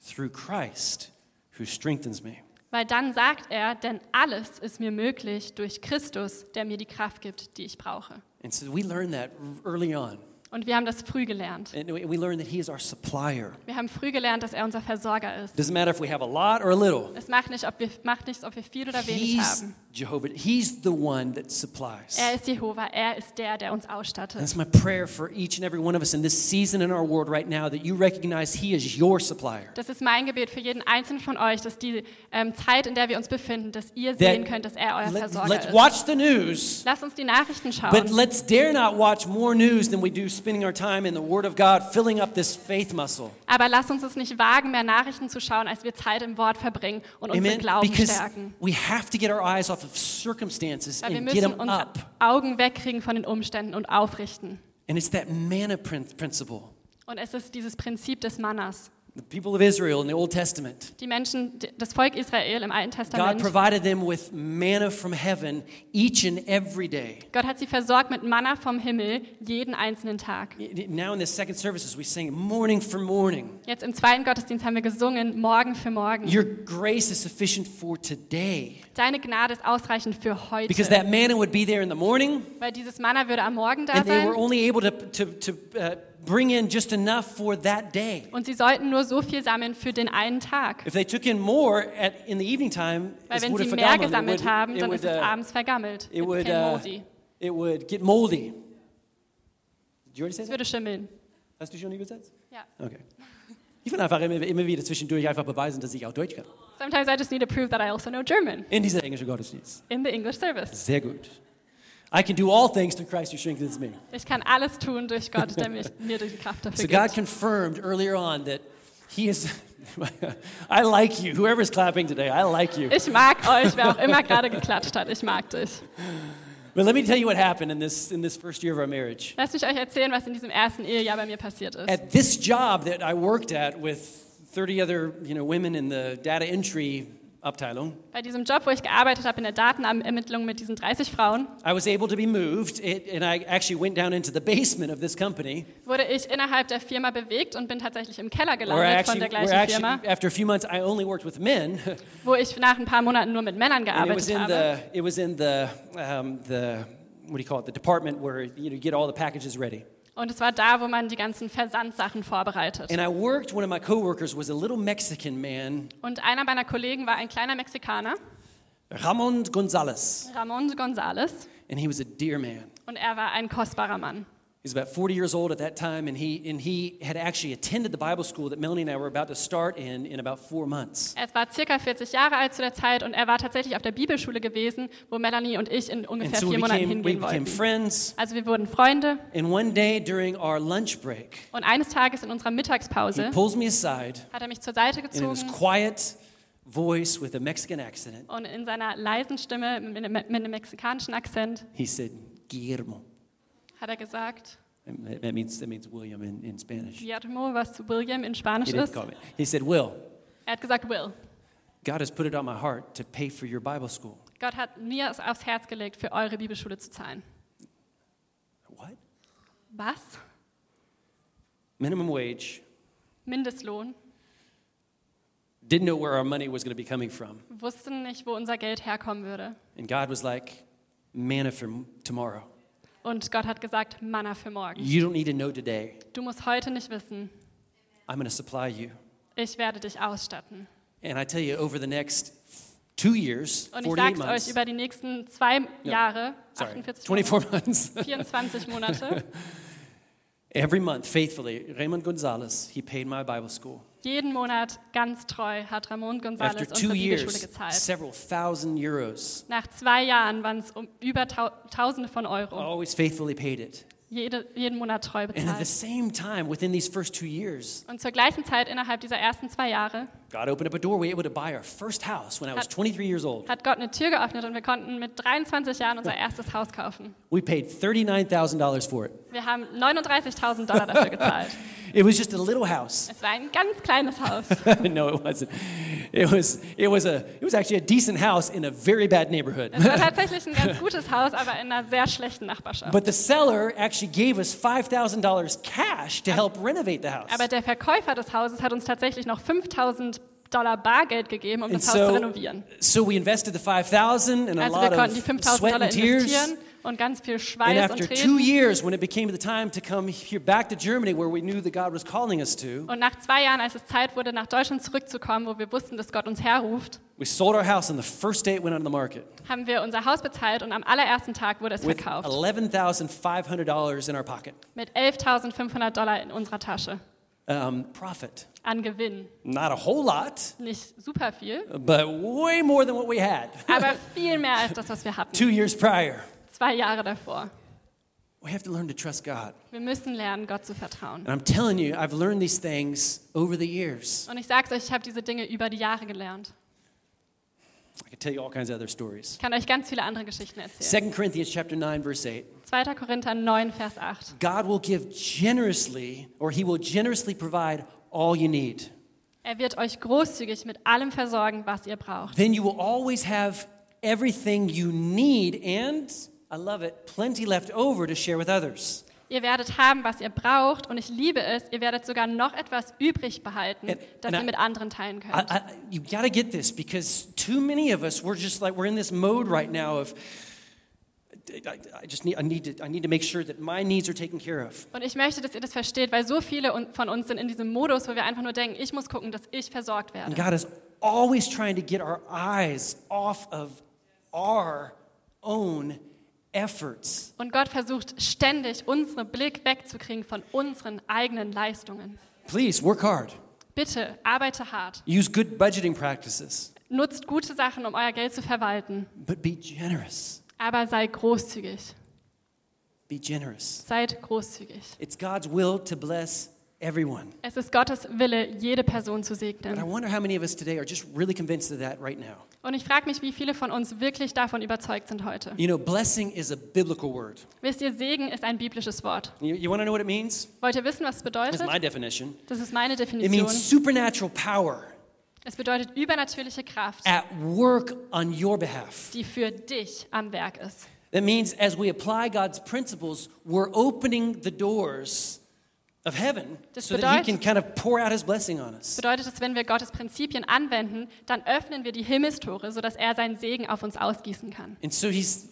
S3: through Christ who strengthens me.
S2: Weil dann sagt er, denn alles ist mir möglich durch Christus, der mir die Kraft gibt, die ich brauche.
S3: And so we learn that early on.
S2: Und wir haben das früh gelernt.
S3: And we we learn that He is our supplier.
S2: Wir haben früh gelernt, dass er unser Versorger ist.
S3: Doesn't matter if we have a lot or a little.
S2: Es macht, nicht, ob wir, macht nichts, ob wir viel oder wenig
S3: He's
S2: haben.
S3: Jehovah. He's the one that supplies.
S2: Er ist Jehova, er ist der, der uns
S3: And
S2: ausstattet.
S3: That's my prayer for each and every one of us in this season in our world right now that you recognize He is your supplier.
S2: Das ist mein Gebet für jeden einzelnen von euch, dass die ähm, Zeit, in der wir uns befinden, dass ihr
S3: That
S2: sehen könnt, dass er euer
S3: let,
S2: Versorger
S3: let's
S2: ist.
S3: watch the news,
S2: Lasst uns die Nachrichten
S3: but
S2: schauen.
S3: let's dare not watch more news than we do spending our time in the Word of God, filling up this faith muscle.
S2: Aber lasst uns es nicht wagen, mehr Nachrichten zu schauen, als wir Zeit im Wort verbringen und unseren
S3: Amen.
S2: Glauben
S3: Because
S2: stärken.
S3: we have to get our eyes off of circumstances
S2: Weil wir
S3: and get
S2: müssen
S3: them
S2: unsere
S3: up.
S2: Augen wegkriegen von den Umständen und aufrichten.
S3: And it's that manna prin- principle.
S2: Und es ist dieses Prinzip des Mannas.
S3: The people of Israel in the Old Testament,
S2: Die Menschen, die- das Volk Israel im Alten
S3: God
S2: Testament,
S3: provided them with manna from heaven each and every day.
S2: Gott hat sie versorgt mit Manna vom Himmel jeden einzelnen Tag.
S3: Now in the second services, we sing morning for morning.
S2: Jetzt im zweiten Gottesdienst haben wir gesungen, Morgen für Morgen.
S3: Your grace is sufficient for today.
S2: Deine Gnade ist ausreichend für heute.
S3: Because that manna would be there in the morning,
S2: Weil dieses Manna würde am Morgen da
S3: and they
S2: sein
S3: were only able to, to, to uh, bring in just enough for that day.
S2: Und sie sollten nur so viel sammeln für den einen Tag.
S3: If they took in more at, in the evening time,
S2: Weil
S3: es
S2: wenn
S3: wurde
S2: sie mehr
S3: vergammelt.
S2: gesammelt
S3: it would,
S2: haben,
S3: it
S2: dann
S3: would,
S2: ist es
S3: uh,
S2: abends vergammelt.
S3: it would,
S2: became
S3: uh,
S2: moldy.
S3: it would get moldy. Did you already say
S2: Es
S3: that?
S2: würde schimmeln.
S3: Hast du schon übersetzt?
S2: Ja.
S3: Okay. Ich will einfach immer, immer wieder zwischendurch einfach beweisen, dass ich auch Deutsch kann.
S2: Sometimes I just need to prove that I also know German
S3: In dieser englischen Gottesdienst.
S2: in the English service.
S3: Sehr gut. I can do all things through Christ who strengthens me.
S2: Ich kann alles tun durch Gott, der mich, mir (laughs) die Kraft dafür
S3: So God
S2: gibt.
S3: confirmed earlier on that He is. (laughs) I like you. Whoever's clapping today, I like you.
S2: Ich mag euch, wer auch immer gerade geklatscht hat. Ich mag dich.
S3: But let me tell you what happened in this in this first year of our marriage.
S2: Lasst mich euch erzählen, was in diesem ersten Ehejahr bei mir passiert ist.
S3: At this job that I worked at with 30 other you know women in the data entry abteilung,
S2: Bei diesem Job, wo ich gearbeitet habe in der Datenermittlung mit diesen 30 Frauen,
S3: I was able to be moved, it, and I actually went down into the basement of this company.
S2: wurde ich innerhalb der Firma bewegt und bin tatsächlich im Keller
S3: Where I
S2: gelandet von
S3: actually,
S2: der
S3: where
S2: gleichen
S3: actually
S2: Firma,
S3: after a few months, I only worked with men, (laughs)
S2: wo ich nach ein paar Monaten nur mit Männern
S3: and it was
S2: gearbeitet
S3: in
S2: habe.
S3: the it was in the um, the what do you call it the department where you know you get all the packages ready.
S2: Und es war da, wo man die ganzen Versandsachen vorbereitet.
S3: And I worked, one of my coworkers was a little Mexican man,
S2: Und einer meiner Kollegen war ein kleiner Mexikaner,
S3: Ramon Gonzalez,
S2: Ramon Gonzalez,
S3: and he was a dear man.
S2: und er war ein kostbarer Mann.
S3: He was about 40 years old at that time, and he, and he had actually attended the Bible school that Melanie and I were about to start in in about four months.
S2: Er war circa 40 Jahre alt zu der Zeit und er war tatsächlich auf der Bibelschule gewesen, wo Melanie und ich in
S3: And
S2: ungefähr
S3: so we
S2: vier Monaten
S3: became, we
S2: hingehen
S3: became
S2: wollten.
S3: friends.
S2: Also wir wurden Freunde
S3: And one day during our lunch break,
S2: und eines Tages in unserer
S3: he
S2: Mittagspause
S3: pulls me aside,
S2: hat er mich zur Seite
S3: and in his
S2: gezogen
S3: quiet voice with a Mexican accent,
S2: und in seiner leisen Stimme mit einem, mit einem mexikanischen Akzent
S3: he said, Guillermo.
S2: hat er gesagt,
S3: And that- That means, that means William in, in Spanish.
S2: Guillermo, was zu William in Spanisch
S3: He didn't
S2: ist.
S3: call me. He said, Will,
S2: Er hat gesagt, Will.
S3: God has put it on my heart to pay for your Bible school.
S2: Gott hat mir es aufs Herz gelegt, für eure Bibelschule zu zahlen.
S3: What?
S2: Was?
S3: Minimum wage.
S2: Mindestlohn.
S3: Didn't know where our money was going to be coming from.
S2: Wussten nicht, wo unser Geld herkommen würde.
S3: And God was like, manna for tomorrow.
S2: Und Gott hat gesagt, Manna für morgen.
S3: You don't need to know today.
S2: Du musst heute nicht wissen,
S3: I'm going to supply you.
S2: ich werde dich ausstatten.
S3: And I tell you, over the next two years,
S2: Und ich
S3: 48
S2: sag's euch,
S3: months,
S2: über die nächsten zwei Jahre,
S3: sorry,
S2: 48 Monate,
S3: 24 months, (laughs)
S2: 24 Monate,
S3: every month, faithfully, Raymond Gonzalez, he paid my Bible school.
S2: jeden Monat ganz treu hat Ramon
S3: After
S2: González
S3: two
S2: unsere Bibelschule
S3: years,
S2: gezahlt.
S3: several thousand euros.
S2: Nach zwei Jahren waren es um über tau Tausende von Euro.
S3: Always faithfully paid it.
S2: Jede, jeden Monat treu
S3: And at the
S2: bezahlt.
S3: same time, within these first two years,
S2: Und zur gleichen Zeit, innerhalb dieser ersten zwei Jahre,
S3: God opened up a door. We were able to buy our first house when I was
S2: Uh,
S3: 23 years old.
S2: hat Gott eine Tür geöffnet und wir konnten mit 23 Jahren
S3: (laughs)
S2: unser erstes Haus kaufen.
S3: We paid $39,000 for it.
S2: Wir haben 39.000 Dollar dafür gezahlt.
S3: It was just a little house. (laughs)
S2: Es war ein ganz kleines Haus.
S3: no, it wasn't. It was, it, was a, it was actually a decent house in a very bad neighborhood.
S2: Es war
S3: (laughs)
S2: tatsächlich ein ganz gutes Haus, aber in einer sehr schlechten Nachbarschaft.
S3: But the seller actually gave us $5,000 cash to help renovate the house.
S2: Aber der Verkäufer des Hauses hat uns tatsächlich noch 5.000 Dollar Bargeld gegeben, um
S3: And
S2: das Haus zu renovieren.
S3: so we invested the 5000 and a
S2: Also wir
S3: lot
S2: konnten die
S3: of
S2: 5.000
S3: sweat
S2: Dollar
S3: and tears.
S2: investieren und ganz viel
S3: And
S2: Schweiß und
S3: after two
S2: Tränen.
S3: years, when it became the time to come here back to Germany, where we knew that God was calling us to,
S2: Und nach zwei Jahren, als es Zeit wurde, nach Deutschland zurückzukommen, wo wir wussten, dass Gott uns herruft,
S3: we sold our house on the first day it went on the market.
S2: haben wir unser Haus bezahlt und am allerersten Tag wurde es
S3: with
S2: verkauft.
S3: $11,500 in our pocket.
S2: Mit 11.500 Dollar in unserer Tasche.
S3: Um, profit.
S2: An Gewinn.
S3: Not a whole lot,
S2: Nicht super viel,
S3: but way more than what we had (laughs)
S2: aber viel mehr als das, was wir hatten.
S3: two years prior.
S2: Zwei Jahre davor.
S3: We have to learn to trust God.
S2: Wir müssen lernen, Gott zu vertrauen.
S3: And I'm telling you, I've learned these things over the years.
S2: Und ich sag's euch, ich habe diese Dinge über die Jahre gelernt.
S3: I could tell you all kinds of other stories.
S2: Ich kann euch ganz viele andere Geschichten erzählen.
S3: 2 Corinthians chapter 9 verse 8.
S2: 2. Korinther 9, Vers 8.
S3: God will give generously or he will generously provide all you need.
S2: Er wird euch großzügig mit allem versorgen, was ihr braucht.
S3: Then you will always have everything you need and I love it, plenty left over to share with others.
S2: Ihr werdet haben, was ihr braucht. Und ich liebe es, ihr werdet sogar noch etwas übrig behalten,
S3: And-
S2: das
S3: and
S2: ihr
S3: I-
S2: mit anderen teilen
S3: I,
S2: könnt.
S3: I, you got to get this because too many of us we're just like we're in this mode right now of I, I just need I need to I need to make sure that my needs are taken care of.
S2: Und ich möchte, dass ihr das versteht, weil so viele un- von uns sind in diesem Modus, wo wir einfach nur denken, ich muss gucken, dass ich versorgt
S3: And
S2: werde.
S3: God is always trying to get our eyes off of our own efforts.
S2: Und Gott versucht ständig, unseren Blick wegzukriegen von unseren eigenen Leistungen.
S3: Please work hard.
S2: Bitte, arbeite hart.
S3: Use good budgeting practices,
S2: Nutzt gute Sachen, um euer Geld zu verwalten.
S3: but be generous.
S2: Aber sei großzügig.
S3: Be generous.
S2: Seid großzügig.
S3: It's God's will to bless everyone.
S2: Es ist Gottes Wille, jede Person zu
S3: But I
S2: segnen.
S3: wonder how many of us today are just really convinced of that right now.
S2: Und ich frage mich, wie viele von uns wirklich davon überzeugt sind heute.
S3: You know, blessing is a biblical word.
S2: Wisst ihr, Segen ist ein biblisches Wort.
S3: You, you want to know what it means?
S2: Wollt ihr wissen, was es bedeutet?
S3: That's my definition.
S2: Das ist meine
S3: It
S2: Definition.
S3: means supernatural power
S2: Es bedeutet übernatürliche Kraft,
S3: at work on your behalf.
S2: die für dich am Werk ist.
S3: That means as we apply God's principles, we're opening the doors of heaven
S2: Das
S3: so that He
S2: bedeutet-
S3: can kind of pour out His blessing on
S2: Das
S3: us.
S2: bedeutet, dass wenn wir Gottes Prinzipien anwenden, dann öffnen wir die Himmelstore, sodass er seinen Segen auf uns ausgießen kann.
S3: And so He's,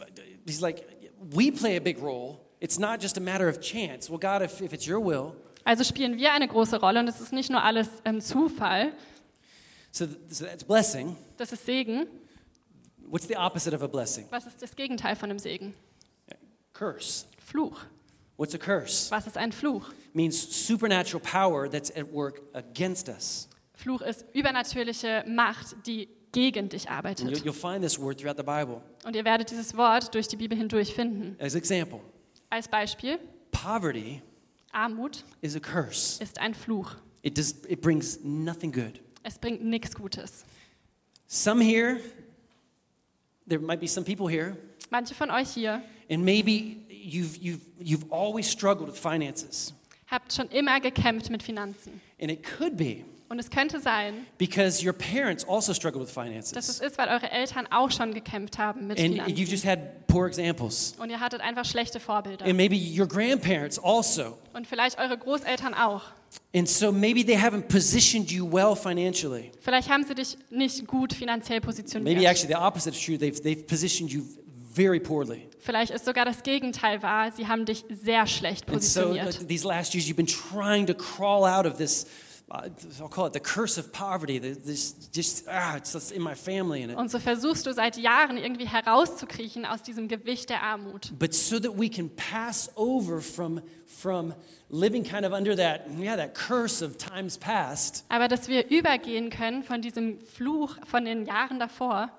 S3: he's like, we play a big role. It's not just a matter of chance. Well, God, if, if it's your will.
S2: Also spielen wir eine große Rolle und es ist nicht nur alles ähm, Zufall,
S3: So, th- so that's blessing.
S2: das ist Segen.
S3: What's the opposite of a blessing?
S2: Was ist das Gegenteil von einem Segen?
S3: Curse.
S2: Fluch.
S3: What's a curse?
S2: Was ist ein Fluch?
S3: means supernatural power that's at work against us.
S2: Fluch ist übernatürliche Macht, die gegen dich
S3: And you'll,
S2: arbeitet.
S3: you'll find this word throughout the Bible.
S2: Und ihr werdet dieses Wort durch die Bibel hindurch finden.
S3: As example,
S2: Als Beispiel,
S3: poverty
S2: Armut
S3: is a curse.
S2: ist ein Fluch.
S3: It does it brings nothing good.
S2: Es bringt nichts Gutes.
S3: Some here there might be some people here
S2: Manche von euch hier
S3: and maybe you've you've you've always struggled with finances.
S2: habt schon immer gekämpft mit Finanzen.
S3: And it could be
S2: Und es könnte sein,
S3: because your parents also struggled with
S2: dass es
S3: finances.
S2: ist, weil eure Eltern auch schon gekämpft haben mit
S3: And you've
S2: Finanzen.
S3: just had poor examples.
S2: Und ihr hattet einfach schlechte Vorbilder.
S3: And maybe your grandparents also.
S2: Und vielleicht eure Großeltern auch.
S3: And so maybe they haven't positioned you well financially.
S2: Vielleicht haben sie dich nicht gut finanziell
S3: Maybe
S2: positioniert.
S3: actually the opposite is true. They've, they've positioned you very poorly.
S2: Vielleicht ist sogar das Gegenteil wahr. Sie haben dich sehr schlecht
S3: And so uh,
S2: positioniert.
S3: these last years, you've been trying to crawl out of this, uh, I'll call it the curse of poverty. the- This just, ah, it's, it's in my family. And it,
S2: Und so versuchst du seit Jahren irgendwie herauszukriechen aus diesem Gewicht der Armut.
S3: but so that we can pass over from, from living kind of under that, yeah, that curse of times past,
S2: Aber dass wir übergehen können von diesem Fluch von den Jahren davor,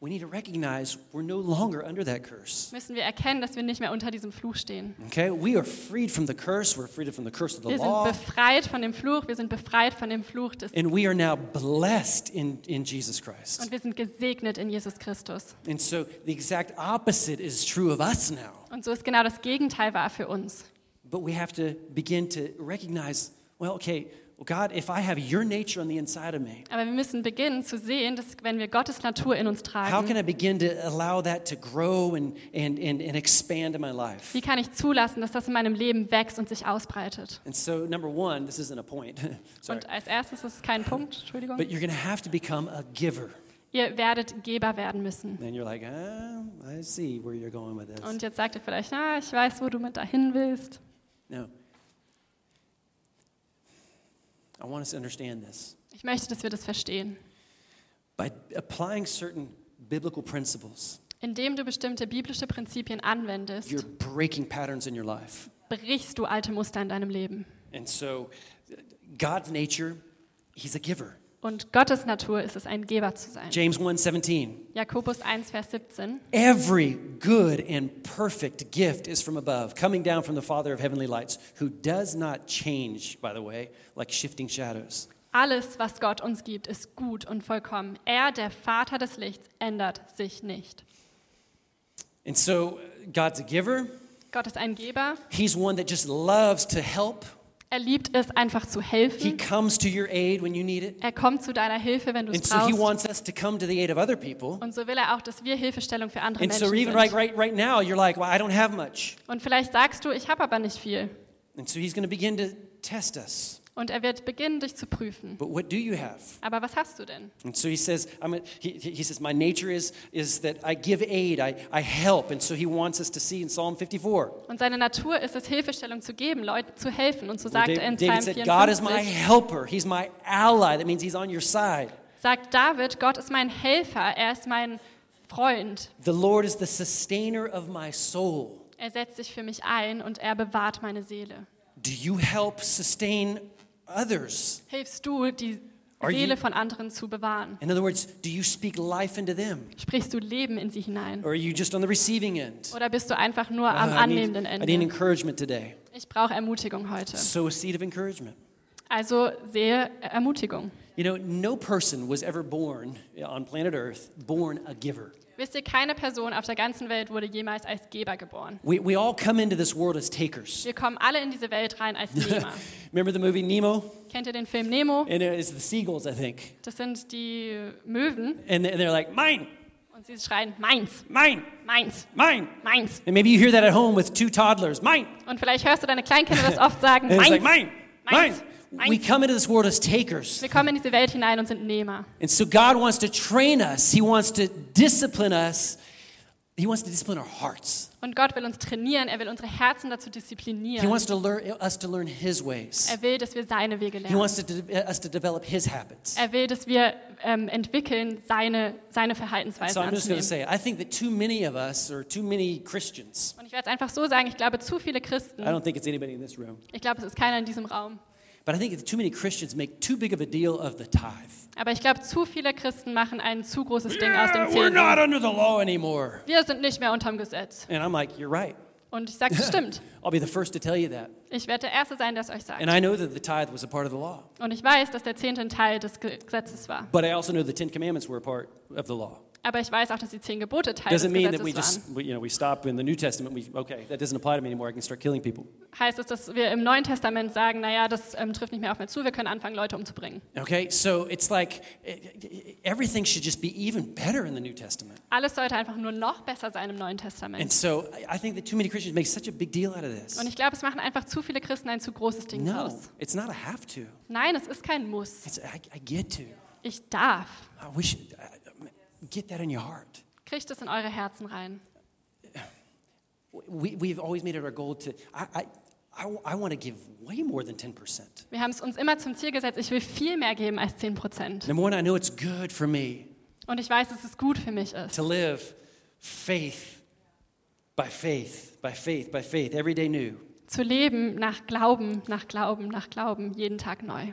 S3: we need to recognize we're no longer under that curse.
S2: müssen wir erkennen, dass wir nicht mehr unter diesem Fluch stehen.
S3: Okay? We are freed from the curse. We're freed from the curse of the
S2: Wir sind
S3: law.
S2: befreit von dem Fluch, wir sind befreit von dem Fluch des
S3: And we are now blessed in, in Jesus Christ.
S2: und wir sind gesegnet in Jesus Christus.
S3: And so the exact opposite is true of us now.
S2: Und so ist genau das Gegenteil wahr für uns.
S3: But we have to begin to recognize well, okay, well, God, if I have your nature on the inside of me,
S2: Aber wir müssen beginnen zu sehen, dass wenn wir Gottes Natur in uns
S3: how can
S2: tragen,
S3: I begin to allow that to grow and, and, and, and expand in my life?
S2: wie kann ich zulassen, dass das in meinem Leben wächst und sich ausbreitet.
S3: And so, number one, this isn't a point, (laughs) sorry,
S2: Und als erstes ist es kein Punkt, Entschuldigung.
S3: but you're going to have to become a giver.
S2: Ihr werdet Geber werden müssen.
S3: And you're like, ah, I see where you're going with this.
S2: Und jetzt sagt ihr vielleicht, na, ich weiß, wo du mit dahin willst.
S3: No. I want us to understand this.
S2: Ich möchte, dass wir das verstehen.
S3: By applying certain biblical principles,
S2: Indem du bestimmte biblische Prinzipien anwendest,
S3: you're breaking patterns in your life.
S2: brichst du alte Muster in deinem Leben.
S3: And so, God's nature, He's a giver.
S2: Und Gottes Natur ist es, ein Geber zu sein.
S3: James 1 17.
S2: Jakobus 1, Vers 17.
S3: Every good and perfect gift is from above, coming down from the Father of heavenly lights, who does not change, by the way, like shifting shadows.
S2: Alles, was Gott uns gibt, ist gut und vollkommen. Er, der Vater des Lichts, ändert sich nicht.
S3: And so, God's a giver.
S2: Gott ist ein Geber.
S3: He's one that just loves to help.
S2: Er liebt es, einfach zu
S3: He
S2: helfen.
S3: comes to your aid when you need it.
S2: Er kommt zu deiner Hilfe, wenn du
S3: And
S2: es
S3: so, He
S2: brauchst.
S3: wants us to come to the aid of other people.
S2: Und so will er auch, dass wir Hilfestellung für andere
S3: And
S2: Menschen
S3: so, even right,
S2: sind.
S3: right, right now, you're like, well, I don't have much.
S2: Und vielleicht sagst du, ich habe aber nicht viel.
S3: And so, He's going to begin to test us.
S2: Und er wird beginnen, dich zu prüfen.
S3: But what do you have?
S2: Aber was hast du denn?
S3: And so he says, I'm a, he, he says, my nature is, is that I give aid, I, I help. And so he wants us to see in Psalm 54.
S2: Und seine Natur ist es, Hilfestellung zu geben, Leuten zu helfen. Und so
S3: where
S2: sagt er in
S3: David
S2: Psalm
S3: said, God is my
S2: 54,
S3: helper. He's my ally. That means he's on your side.
S2: sagt David, Gott ist mein Helfer, er ist mein Freund.
S3: The Lord is the sustainer of my soul.
S2: Er setzt sich für mich ein und er bewahrt meine Seele.
S3: Do you help sustain others?
S2: Hilfst du, die
S3: Are you-
S2: Seele von anderen zu bewahren?
S3: In other words, do you speak life into them?
S2: Sprichst du Leben in sie hinein?
S3: Or are you just on the receiving end?
S2: Oder bist du einfach nur am
S3: Ah, I, need,
S2: annehmenden
S3: I need
S2: Ende?
S3: encouragement today.
S2: Ich brauche Ermutigung heute.
S3: Sow a seed of encouragement.
S2: Also sehe Ermutigung.
S3: You know, no person was ever born on planet Earth born a giver.
S2: Wisst ihr, keine Person auf der ganzen Welt wurde jemals als Geber geboren.
S3: We, we all come into this world as takers.
S2: Wir kommen alle in diese Welt rein
S3: (laughs)
S2: als Nehmer.
S3: Remember the movie Nemo?
S2: Kennt ihr den Film Nemo?
S3: And it's the seagulls, I think.
S2: Das sind die Möwen
S3: And they're like, mine,
S2: und sie schreien meins,
S3: mine,
S2: meins,
S3: mine.
S2: meins.
S3: And maybe you hear that at home with two toddlers, mine.
S2: Und vielleicht hörst du deine Kleinkinder das oft sagen,
S3: (laughs) And it's like,
S2: meins.
S3: mine, mine.
S2: Mine.
S3: We
S2: Mine.
S3: come into this world as takers.
S2: Wir kommen in diese Welt hinein und sind Nehmer.
S3: And so God wants to train us, He wants to discipline us, He wants to discipline our hearts.
S2: Und Gott will uns trainieren, er will unsere Herzen dazu
S3: He
S2: disziplinieren.
S3: wants to learn us to learn His ways.
S2: Er will, dass wir seine Wege
S3: He
S2: lernen.
S3: wants to de- us to develop His habits.
S2: Er will, dass wir ähm, entwickeln, seine, seine Verhaltensweisen
S3: So I'm just going to
S2: anzunehmen.
S3: say, I think that too many of us, or too many Christians,
S2: Und ich werde es einfach so sagen, ich glaube, zu viele
S3: I
S2: Christen,
S3: don't think it's anybody in this room,
S2: ich glaube, es ist keiner in diesem Raum,
S3: but I think that too many Christians make too big of a deal of the tithe.
S2: aber ich glaube, zu viele Christen machen ein zu großes Ding aus dem
S3: "Ah, we're
S2: Zehnten.
S3: not under the law anymore.
S2: Wir sind nicht mehr unterm Gesetz.
S3: And I'm like, you're right.
S2: Und ich
S3: (laughs)
S2: sage, stimmt.
S3: I'll be the first to tell you that.
S2: Ich werde der Erste sein, der es euch
S3: And
S2: sagt.
S3: I know that the tithe was a part of the law,
S2: Und ich weiß, dass der Zehnte ein Teil des Ge- Gesetzes war.
S3: but I also know the Ten Commandments were a part of the law.
S2: Aber ich weiß auch, dass die Zehn Gebote Teil des
S3: Doesn't mean that we
S2: Gesetzes
S3: just,
S2: waren.
S3: we, you know, we stop in the New Testament. We okay, that doesn't apply to me anymore. I can start killing people.
S2: Heißt es, dass wir im Neuen Testament sagen, naja, das ähm, trifft nicht mehr auf mir zu, wir können anfangen, Leute umzubringen.
S3: Okay, so it's like it- it- everything should just be even better in the New Testament.
S2: Alles sollte einfach nur noch besser sein im Neuen
S3: And
S2: Testament.
S3: so I- I think that too many Christians make such a big deal out of this.
S2: Und ich glaube, es machen einfach zu viele Christen ein zu großes Ding
S3: No,
S2: aus.
S3: it's not a have to.
S2: Nein, es ist kein Muss.
S3: It's I, I get to.
S2: Ich darf.
S3: I wish I- I- get that in your heart.
S2: Kriegt es in eure Herzen rein.
S3: We, we've always made it our goal to. I, I, I, want to give way more than ten percent.
S2: Wir haben es uns immer zum Ziel gesetzt, ich will viel mehr geben als 10 Prozent.
S3: Number one, I know it's good for me
S2: Und ich weiß, dass es gut für mich ist.
S3: to live faith by faith, by faith, by faith, every day new.
S2: zu leben nach Glauben, nach Glauben, nach Glauben, jeden Tag neu.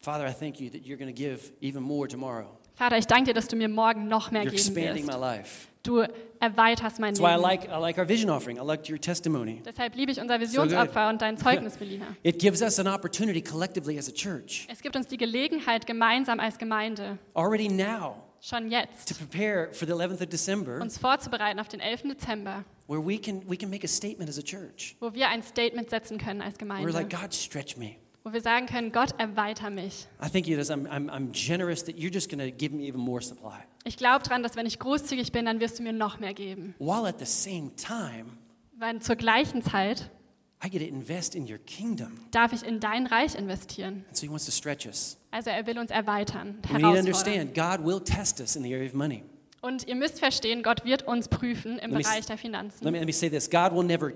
S3: Father, I thank you that you're going to give even more tomorrow.
S2: Vater, ich danke dir, dass du mir morgen noch mehr
S3: You're
S2: geben
S3: expanding my
S2: wirst.
S3: life.
S2: Du erweiterst mein
S3: That's why I
S2: Leben.
S3: like I like our vision offering. I liked your testimony.
S2: Deshalb liebe ich unser Visionsopfer und
S3: (laughs)
S2: dein Zeugnis, Melina.
S3: It gives us an opportunity collectively as a church,
S2: Es gibt uns die Gelegenheit, gemeinsam als Gemeinde,
S3: already now,
S2: schon
S3: to
S2: jetzt,
S3: prepare for the 11th of December,
S2: uns vorzubereiten auf den 11. Dezember,
S3: where we can we can make a statement as a church.
S2: wo wir ein Statement setzen können als
S3: We're like,
S2: Gemeinde,
S3: God, stretch me.
S2: wo wir sagen können, Gott, erweiter mich.
S3: I thank you that as I'm, I'm, I'm generous, that you're just going to give me even more supply.
S2: Ich glaube daran, dass wenn ich großzügig bin, dann wirst du mir noch mehr geben.
S3: While at the same time,
S2: Weil zur gleichen Zeit
S3: I get to invest in your kingdom.
S2: darf ich in dein Reich investieren.
S3: And so he wants to stretch us.
S2: Also er will uns erweitern,
S3: We need to
S2: herausfordern.
S3: understand God will test us in the area of money.
S2: Und ihr müsst verstehen, Gott wird uns prüfen im
S3: Let me-
S2: Bereich der
S3: Let
S2: Finanzen.
S3: me, let me say this God will never